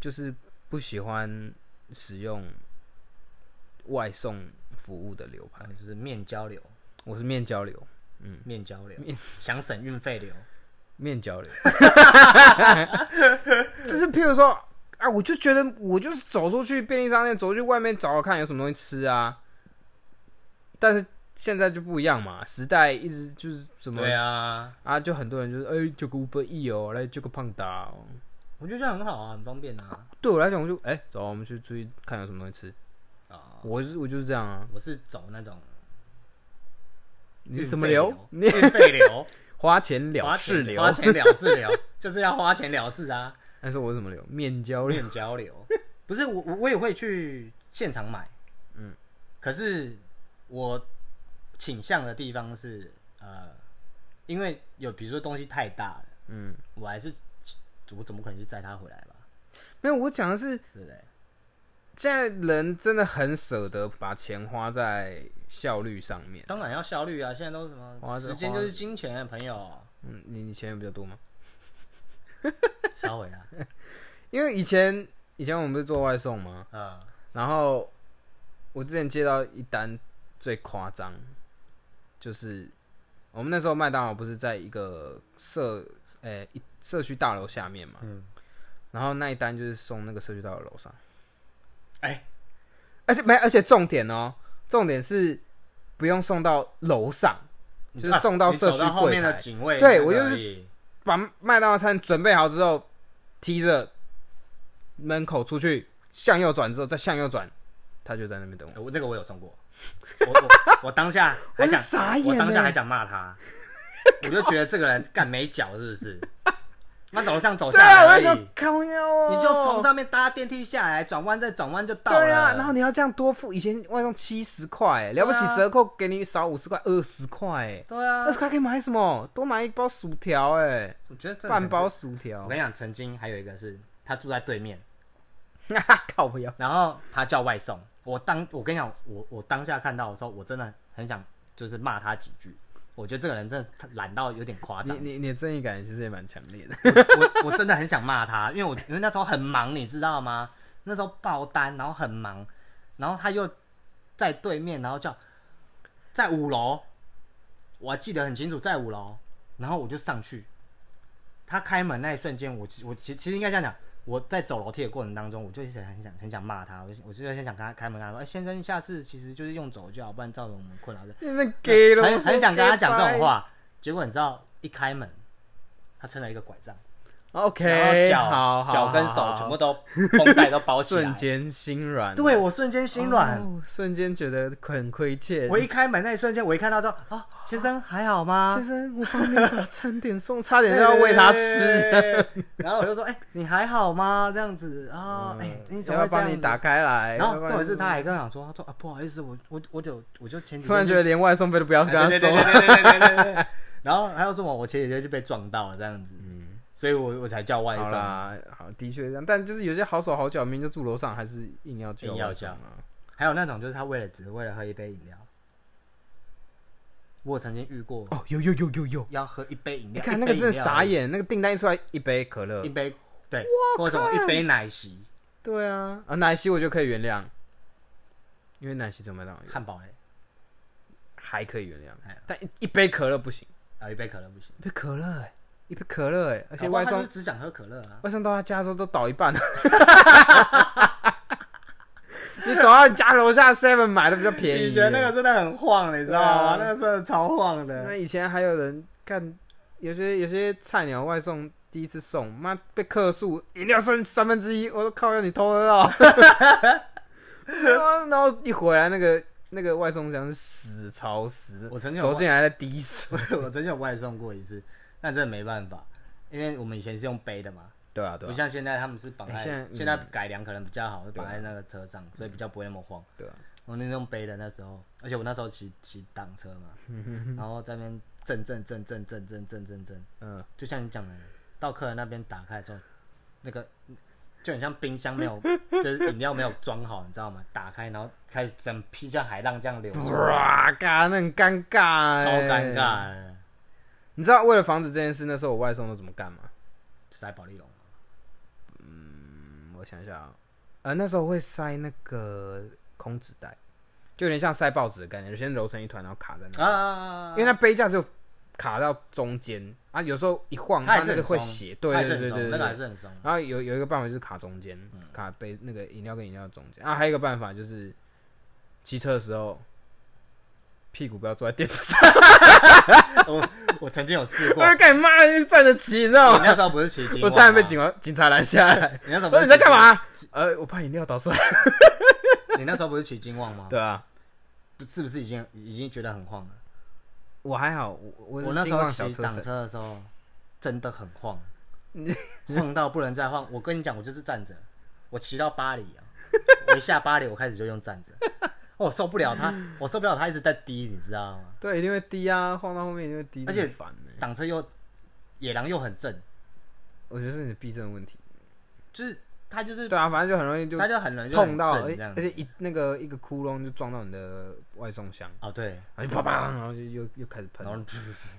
Speaker 1: 就是不喜欢使用外送服务的流派
Speaker 2: 啊。就是面交流，
Speaker 1: 我是面交流，嗯
Speaker 2: 面交流，想省运费流，
Speaker 1: 面交 流，就是譬如说啊，我就觉得我就是走出去便利商店，走去外面找找看有什么东西吃啊。但是现在就不一样嘛，时代一直就是什么
Speaker 2: 对啊，
Speaker 1: 啊，就很多人就是哎、就个 Uber E 哦，来就个胖达哦。
Speaker 2: 我觉得这样很好啊，很方便啊，
Speaker 1: 对我来讲，我就哎、走啊，我们去出去看有什么东西吃。
Speaker 2: 啊、
Speaker 1: 我是我就是这样啊。
Speaker 2: 我是走那种
Speaker 1: 你
Speaker 2: 运
Speaker 1: 什么
Speaker 2: 费
Speaker 1: 流？你
Speaker 2: 运费 流，
Speaker 1: 花钱了
Speaker 2: 花
Speaker 1: 事
Speaker 2: 钱
Speaker 1: 流？
Speaker 2: 花钱了事流， 就是要花钱了事啊，
Speaker 1: 但是我是什么流？面交流。
Speaker 2: 面交流。不是我，我我也会去现场买，
Speaker 1: 嗯
Speaker 2: 嗯，可是我倾向的地方是，呃，因为有比如说东西太大了，
Speaker 1: 嗯，
Speaker 2: 我还是我怎么可能去载它回来吧，
Speaker 1: 没有，我讲的是
Speaker 2: 对不对？
Speaker 1: 现在人真的很舍得把钱花在效率上面。
Speaker 2: 当然要效率啊，现在都是什
Speaker 1: 花
Speaker 2: 么
Speaker 1: 着
Speaker 2: 时间就是金钱啊，朋友，
Speaker 1: 嗯，你你钱比较多吗？
Speaker 2: 稍微 啦，
Speaker 1: 因为以前以前我们不是做外送吗？
Speaker 2: 嗯，
Speaker 1: 然后我之前接到一单最夸张，就是我们那时候麦当劳不是在一个社呃、一社区大楼下面嘛，嗯，然后那一单就是送那个社区大楼楼上，
Speaker 2: 哎
Speaker 1: 而且没而且重点哦，重点是不用送到楼上，就是送到
Speaker 2: 啊你
Speaker 1: 社
Speaker 2: 走
Speaker 1: 区
Speaker 2: 到后
Speaker 1: 柜
Speaker 2: 面的
Speaker 1: 台
Speaker 2: 警卫那个而
Speaker 1: 对
Speaker 2: 已，
Speaker 1: 我就是把麦当劳餐准备好之后，提着门口出去，向右转之后再向右转，他就在那边等我。
Speaker 2: 欸我那个我有送过，我我我当下还想
Speaker 1: 我是傻眼
Speaker 2: 我当 下
Speaker 1: 欸
Speaker 2: 还想骂他，我就觉得这个人干没脚是不是？那楼上走下
Speaker 1: 对啊，
Speaker 2: 来而
Speaker 1: 为
Speaker 2: 已，
Speaker 1: 什么靠腰哦？
Speaker 2: 你就从上面搭电梯下来，转弯再转弯就到了。
Speaker 1: 对啊，然后你要这样多付，以前外送七十块，了不起
Speaker 2: 对啊
Speaker 1: 折扣给你少五十块，二十块，
Speaker 2: 对啊
Speaker 1: 二，十块可以买什么？多买一包薯条，哎，
Speaker 2: 我觉得这个
Speaker 1: 半包
Speaker 2: 很
Speaker 1: 薯条
Speaker 2: 我跟，你讲，曾经还有一个是他住在对面，
Speaker 1: 靠腰，
Speaker 2: 然后他叫外送。我当我跟你讲，我我当下看到的时候，我真的很想就是骂他几句。我觉得这个人真的懒到有点夸
Speaker 1: 你
Speaker 2: 张，
Speaker 1: 你你的正义感其实也蛮强烈的。
Speaker 2: 我我真的很想骂他，因为我因为那时候很忙，你知道吗？那时候爆单，然后很忙，然后他又在对面，然后叫在五楼，我还记得很清楚，在五楼，然后我就上去。他开门那一瞬间，我其我其其实应该这样讲，我在走楼梯的过程当中，我就一直很想很想骂他，我就我就很想跟他开门跟他说，哎、先生，下次其实就是用走就好，不然造成我们困扰的。
Speaker 1: 你们给了，
Speaker 2: 很很想跟他讲这种。话，结果你知道，一开门，他撑了一个拐杖。然后
Speaker 1: OK，好
Speaker 2: 脚
Speaker 1: 好
Speaker 2: 脚跟
Speaker 1: 好
Speaker 2: 手
Speaker 1: 好
Speaker 2: 全部都绷带都包起来，
Speaker 1: 瞬间心软，
Speaker 2: 对我瞬间心软。
Speaker 1: 哦瞬间觉得很亏欠。
Speaker 2: 我一开门那一瞬间，我一看到说啊，先生还好吗
Speaker 1: 先？生，我帮你把 餐点送，差点就要喂他吃。
Speaker 2: 对。然后我就说，哎、你还好吗？这样子啊，哎、你怎么
Speaker 1: 要
Speaker 2: 会
Speaker 1: 不要
Speaker 2: 这
Speaker 1: 帮
Speaker 2: 样子
Speaker 1: 你打？开来？
Speaker 2: 然后
Speaker 1: 要不然
Speaker 2: 重点是他还跟我讲说，他说啊不好意思，我我我就我就前几天
Speaker 1: 突然觉得连外送费都不要跟他
Speaker 2: 对
Speaker 1: 收
Speaker 2: 对。对对对对对对对然后还有什么？我前几天就被撞到了这样子，
Speaker 1: 嗯，
Speaker 2: 所以我我才叫外
Speaker 1: 好
Speaker 2: 送。
Speaker 1: 啦，好，的确这样，但就是有些好手好脚，明明就住楼上，还是硬要叫
Speaker 2: 硬要
Speaker 1: 外送啊。
Speaker 2: 还有那种就是他为了只是为了喝一杯饮料，我曾经遇过
Speaker 1: 哦，有有有有有，
Speaker 2: 要喝一杯饮
Speaker 1: 你
Speaker 2: 料，
Speaker 1: 哎看
Speaker 2: 一
Speaker 1: 那
Speaker 2: 杯
Speaker 1: 个真的
Speaker 2: 饮料
Speaker 1: 傻
Speaker 2: 而已，
Speaker 1: 眼，那个订单一出来，一杯可乐
Speaker 2: 一，杯对，或者什么一杯奶昔、
Speaker 1: 对啊，啊，奶昔我就可以原谅，因为奶昔怎么到
Speaker 2: 汉堡嘞，
Speaker 1: 还可以原谅
Speaker 2: 哎呀，
Speaker 1: 但一一杯可乐不行，
Speaker 2: 然后一杯可乐不行，
Speaker 1: 一杯可乐哎、一杯可乐哎、而且
Speaker 2: 搞不
Speaker 1: 外
Speaker 2: 好他就
Speaker 1: 送
Speaker 2: 是只想喝可乐啊，
Speaker 1: 外送到他家的时候都倒一半 了。你走到你家楼下 Seven 买的比较便宜。
Speaker 2: 以前那个真的很晃，你知道吗？
Speaker 1: 对啊
Speaker 2: 那个真的超晃
Speaker 1: 那
Speaker 2: 的，
Speaker 1: 以前还有人干，有些有些菜鸟外送第一次送，妈被客诉，饮料剩三分之一，我都靠，要你偷喝啊！ 然后一回来，那个那个外送箱是死潮湿，
Speaker 2: 我曾经有
Speaker 1: 走进来在滴水。
Speaker 2: 我曾经有外送过一次，但真的没办法，因为我们以前是用杯的嘛，
Speaker 1: 对啊，对
Speaker 2: 不
Speaker 1: 啊，
Speaker 2: 像现在他们是绑
Speaker 1: 哎
Speaker 2: 在，
Speaker 1: 现在
Speaker 2: 现在
Speaker 1: 嗯
Speaker 2: 改良可能比较好，就绑
Speaker 1: 对啊
Speaker 2: 在那个车上，所以比较不会那么晃。
Speaker 1: 对啊，
Speaker 2: 我那种背的那时候，而且我那时候骑骑挡车嘛，然后在那边震震震震震震震震震，
Speaker 1: 嗯，
Speaker 2: 就像你讲的，到客人那边打开的时候，那个就很像冰箱没 有，就是饮料没有装好，你知道吗？打开然后开始整批像海浪这样流出来，
Speaker 1: 哇，干，那很尴尬、
Speaker 2: 超
Speaker 1: 欸，
Speaker 2: 尴尬的，
Speaker 1: 你知道为了防止这件事，那时候我外送都怎么干吗？
Speaker 2: 塞保利龙，
Speaker 1: 嗯，我想想啊，呃，那时候会塞那个空纸袋，就有点像塞报纸的概念，先揉成一团，然后卡在那，
Speaker 2: 啊，
Speaker 1: 哎因为那杯架就卡到中间啊，有时候一晃
Speaker 2: 它还
Speaker 1: 它
Speaker 2: 是
Speaker 1: 那
Speaker 2: 很
Speaker 1: 个会
Speaker 2: 松
Speaker 1: 斜，对
Speaker 2: 它还
Speaker 1: 对
Speaker 2: 是
Speaker 1: 对对
Speaker 2: 很
Speaker 1: 对
Speaker 2: 松那
Speaker 1: 对
Speaker 2: 个还是嗯 很松，
Speaker 1: 然后有有一个办法就是卡中间，卡杯那个饮料跟饮料的中间啊，还有一个办法就是骑车的时候屁股不要坐在垫子上，
Speaker 2: 我我曾经有试 过，
Speaker 1: 我就干你妈站着骑，你知道
Speaker 2: 我那
Speaker 1: 吗？
Speaker 2: 时候不是骑金
Speaker 1: 我
Speaker 2: 黄
Speaker 1: 差点被
Speaker 2: 吗
Speaker 1: 警察警察拦下来，
Speaker 2: 你那时候
Speaker 1: 我
Speaker 2: 不
Speaker 1: 说
Speaker 2: 是
Speaker 1: 你在
Speaker 2: 骑
Speaker 1: 干嘛？呃，我怕饮料倒出来。
Speaker 2: 你那时候不是骑金旺吗？
Speaker 1: 对啊，
Speaker 2: 不是不是已经已经觉得很晃了？
Speaker 1: 我还好，我我是
Speaker 2: 我那时
Speaker 1: 金
Speaker 2: 候
Speaker 1: 旺小
Speaker 2: 骑
Speaker 1: 车
Speaker 2: 挡
Speaker 1: 神，
Speaker 2: 车的时候真的很晃，晃到不能再晃。我跟你讲，我就是站着，我骑到巴黎 啊，我一下巴黎我开始就用站着，哦我受不了 它，我受不了它一直在滴，你知道吗？
Speaker 1: 对，一定会低啊，晃到后面一定会低，
Speaker 2: 而且
Speaker 1: 很烦呢、
Speaker 2: 挡车又野狼又很正，
Speaker 1: 我觉得是你的避震问题。
Speaker 2: 就是它就是
Speaker 1: 对啊，反正就很容易就
Speaker 2: 它就很容易就很
Speaker 1: 碰到，而
Speaker 2: 正这
Speaker 1: 且
Speaker 2: 样
Speaker 1: 而
Speaker 2: 子
Speaker 1: 且一那个一个窟窿就撞到你的外送箱，
Speaker 2: 哦对，
Speaker 1: 然后就啪啪，然后就又又开始喷
Speaker 2: 然，后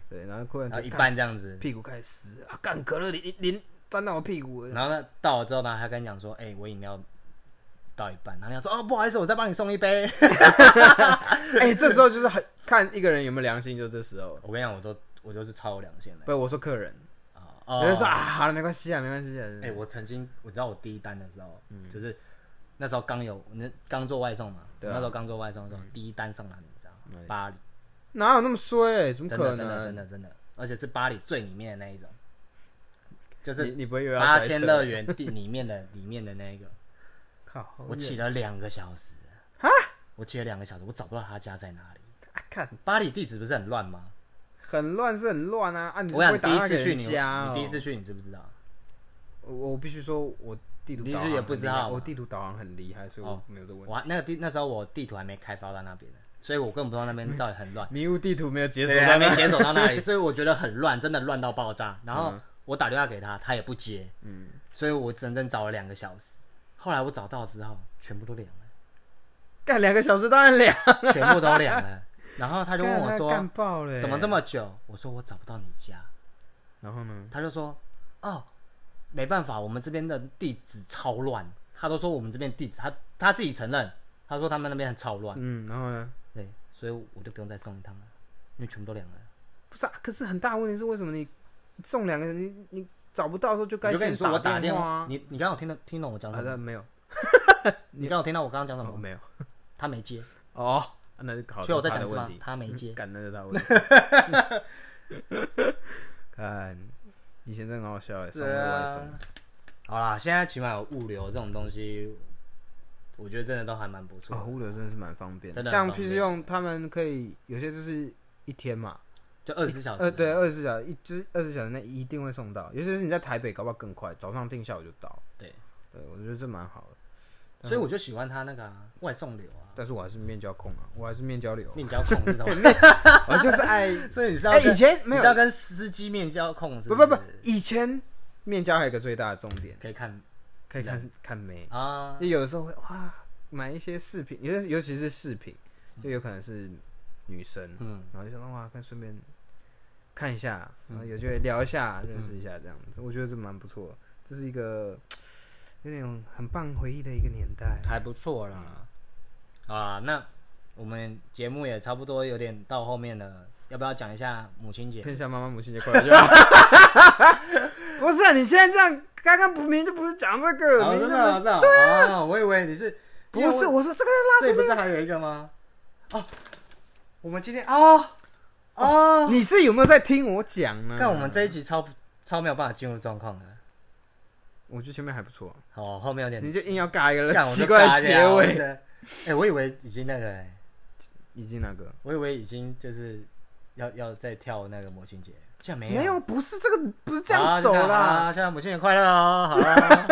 Speaker 1: 对，然后突然
Speaker 2: 然
Speaker 1: 就
Speaker 2: 后一
Speaker 1: 干
Speaker 2: 半这样子，
Speaker 1: 屁股开始湿啊，干可乐淋淋沾到我屁股了，
Speaker 2: 然后呢，到了之后呢，他跟你讲说，哎、我饮料到一半，然后你要说，哦，不好意思，我再帮你送一杯。
Speaker 1: 哎、这时候就是很看一个人有没有良心，就这时候。
Speaker 2: 我跟你讲，我都我都是超有良心的
Speaker 1: 不，我说客人，
Speaker 2: 啊、
Speaker 1: 有
Speaker 2: 哦
Speaker 1: 人说啊，，好了，没关系啊，没关系啊。
Speaker 2: 哎、我曾经我知道我第一单的时候，就是那时候刚有那刚做外送嘛，
Speaker 1: 嗯对啊
Speaker 2: 那时候刚做外送的时候，第一单送哪里你知道吗？
Speaker 1: 里
Speaker 2: 巴黎，
Speaker 1: 哪有那么衰、欸怎么
Speaker 2: 真
Speaker 1: 可
Speaker 2: 的
Speaker 1: 能？
Speaker 2: 真的真的真的，而且是巴黎最里面的那一种，就是
Speaker 1: 你你不会又要
Speaker 2: 八
Speaker 1: 塞
Speaker 2: 仙
Speaker 1: 车
Speaker 2: 乐园地里 面的里面的那一个，
Speaker 1: 靠，好
Speaker 2: 我
Speaker 1: 远
Speaker 2: 骑了两个小时我骑了两个小时，我找不到他家在哪里。
Speaker 1: 啊，看
Speaker 2: 巴黎地址不是很乱吗？
Speaker 1: 很乱是很乱啊，啊，你是
Speaker 2: 我
Speaker 1: 不
Speaker 2: 想
Speaker 1: 会
Speaker 2: 第
Speaker 1: 打电
Speaker 2: 一
Speaker 1: 话
Speaker 2: 次
Speaker 1: 给
Speaker 2: 去
Speaker 1: 人
Speaker 2: 你，
Speaker 1: 家哦、
Speaker 2: 你第一次去你知不知道？
Speaker 1: 我我必须说，我地图
Speaker 2: 你
Speaker 1: 导
Speaker 2: 是
Speaker 1: 航
Speaker 2: 也
Speaker 1: 很
Speaker 2: 不知
Speaker 1: 厉害
Speaker 2: 道
Speaker 1: 我
Speaker 2: 吗
Speaker 1: 地图导航很厉害，所以我
Speaker 2: 哦
Speaker 1: 没有这个问
Speaker 2: 我
Speaker 1: 题。
Speaker 2: 还那个地那时候我地图还没开发到那边呢，所以我根本不知道那边到底很乱，
Speaker 1: 迷雾地图没有嗯解锁
Speaker 2: 对，啊还
Speaker 1: 到
Speaker 2: 没
Speaker 1: 那，
Speaker 2: 解锁到 那里，所以我觉得很乱，真的乱到爆炸。然后
Speaker 1: 嗯
Speaker 2: 我打电话给他，他也不接，
Speaker 1: 嗯，
Speaker 2: 所以我整整找了两个小时。后来我找到之后，全部都凉了，
Speaker 1: 干两个小时当然凉。
Speaker 2: 全部都凉了。然后他
Speaker 1: 他
Speaker 2: 就问我
Speaker 1: 干
Speaker 2: 说
Speaker 1: 爆了，：“欸
Speaker 2: 怎么这？么久？”我说：“我找不到你家。
Speaker 1: 然后”呢？
Speaker 2: 他就说：“哦，没办法，我们这边的地址超乱。”他都说我们这边地址，他他自己承认，他说他们那边很超乱。
Speaker 1: 嗯，然后呢？
Speaker 2: 对，所以我就不用再送一趟了，因为全部都凉了。
Speaker 1: 不是啊，可是很大问题是为什么你送两个人，你你找不到的时候就该
Speaker 2: 我就跟
Speaker 1: 先
Speaker 2: 你说，我打
Speaker 1: 电
Speaker 2: 电
Speaker 1: 话啊。
Speaker 2: 你你刚刚有听得听懂我讲
Speaker 1: 啊
Speaker 2: 什
Speaker 1: 那
Speaker 2: 么？
Speaker 1: 没有，
Speaker 2: 你刚刚有听到我刚刚讲什
Speaker 1: 哦
Speaker 2: 么？
Speaker 1: 没有
Speaker 2: 他没接，
Speaker 1: 哦，那就考
Speaker 2: 所以我再
Speaker 1: 他
Speaker 2: 讲
Speaker 1: 的
Speaker 2: 一次
Speaker 1: 问
Speaker 2: 吗
Speaker 1: 题？，嗯
Speaker 2: 他没接。
Speaker 1: 干那就 他的问题。看，以前真的很好笑哎，送都
Speaker 2: 对
Speaker 1: 外
Speaker 2: 啊
Speaker 1: 送。
Speaker 2: 好啦，现在起码有物流这种东西，我觉得真的都还蛮不错
Speaker 1: 哦，
Speaker 2: 的。
Speaker 1: 物流真的是蛮方便的，
Speaker 2: 真的很
Speaker 1: 像
Speaker 2: 方
Speaker 1: PC
Speaker 2: 便
Speaker 1: 用他们可以有些就是一天嘛，
Speaker 2: 就二十四小时。
Speaker 1: 呃，对，，二十四小时，一就是二十四小时内一定会送到，尤其是你在台北，搞不好更快，早上订下午就到。
Speaker 2: 对，
Speaker 1: 对我觉得这蛮好的，
Speaker 2: 所以我就喜欢他那个啊外送流啊，
Speaker 1: 但是我还是面交控啊，我还是面交流，
Speaker 2: 面交控这种。
Speaker 1: 我就是爱。
Speaker 2: 所以你知道
Speaker 1: 哎，
Speaker 2: 跟，
Speaker 1: 以前没
Speaker 2: 你
Speaker 1: 有
Speaker 2: 知道，跟司机面交控是
Speaker 1: 不
Speaker 2: 是
Speaker 1: 不不，以前面交还有一个最大的重点，
Speaker 2: 可以看
Speaker 1: 可以看看妹，
Speaker 2: 啊
Speaker 1: 就，有的时候会哇买一些饰品，尤尤其是饰品，就有可能是女生，
Speaker 2: 嗯，
Speaker 1: 然后就想哇，看顺便看一下，然后有机会聊一下，认识一下这样子，我觉得这蛮不错的，这是一个有点很棒回忆的一个年代。
Speaker 2: 还不错啦。好啦，那我们节目也差不多有点到后面了，要不要讲一下母亲节？
Speaker 1: 骗一下妈妈母亲节快乐就好。 不是、啊，你现在这样，刚刚不明就不是讲这个，
Speaker 2: 哦
Speaker 1: 明
Speaker 2: 真
Speaker 1: 就
Speaker 2: 的
Speaker 1: 是
Speaker 2: 啊，真的啊，对啊，我以为你是，
Speaker 1: 不
Speaker 2: 因为
Speaker 1: 是，我说这个要
Speaker 2: 这里不是还有一个吗？哦，我们今天哦哦
Speaker 1: 拉，，你是有没有在听我讲呢？
Speaker 2: 看我们这一集超超没有办法进入状况的，
Speaker 1: 我觉得前面还不错，
Speaker 2: 哦，后面有点
Speaker 1: 你就硬要尬一个
Speaker 2: 干我就
Speaker 1: 奇怪
Speaker 2: 尬啊
Speaker 1: 的结
Speaker 2: 掉
Speaker 1: 尾，
Speaker 2: 了哎，我以为已经那个，哎
Speaker 1: 已经那个
Speaker 2: 我以为已经就是要要再跳那个母亲节，竟然没有，
Speaker 1: 没有，不是这个，不是这
Speaker 2: 好啊
Speaker 1: 样
Speaker 2: 就
Speaker 1: 走
Speaker 2: 样
Speaker 1: 啦
Speaker 2: 好。现在母亲节快乐哦，好啦，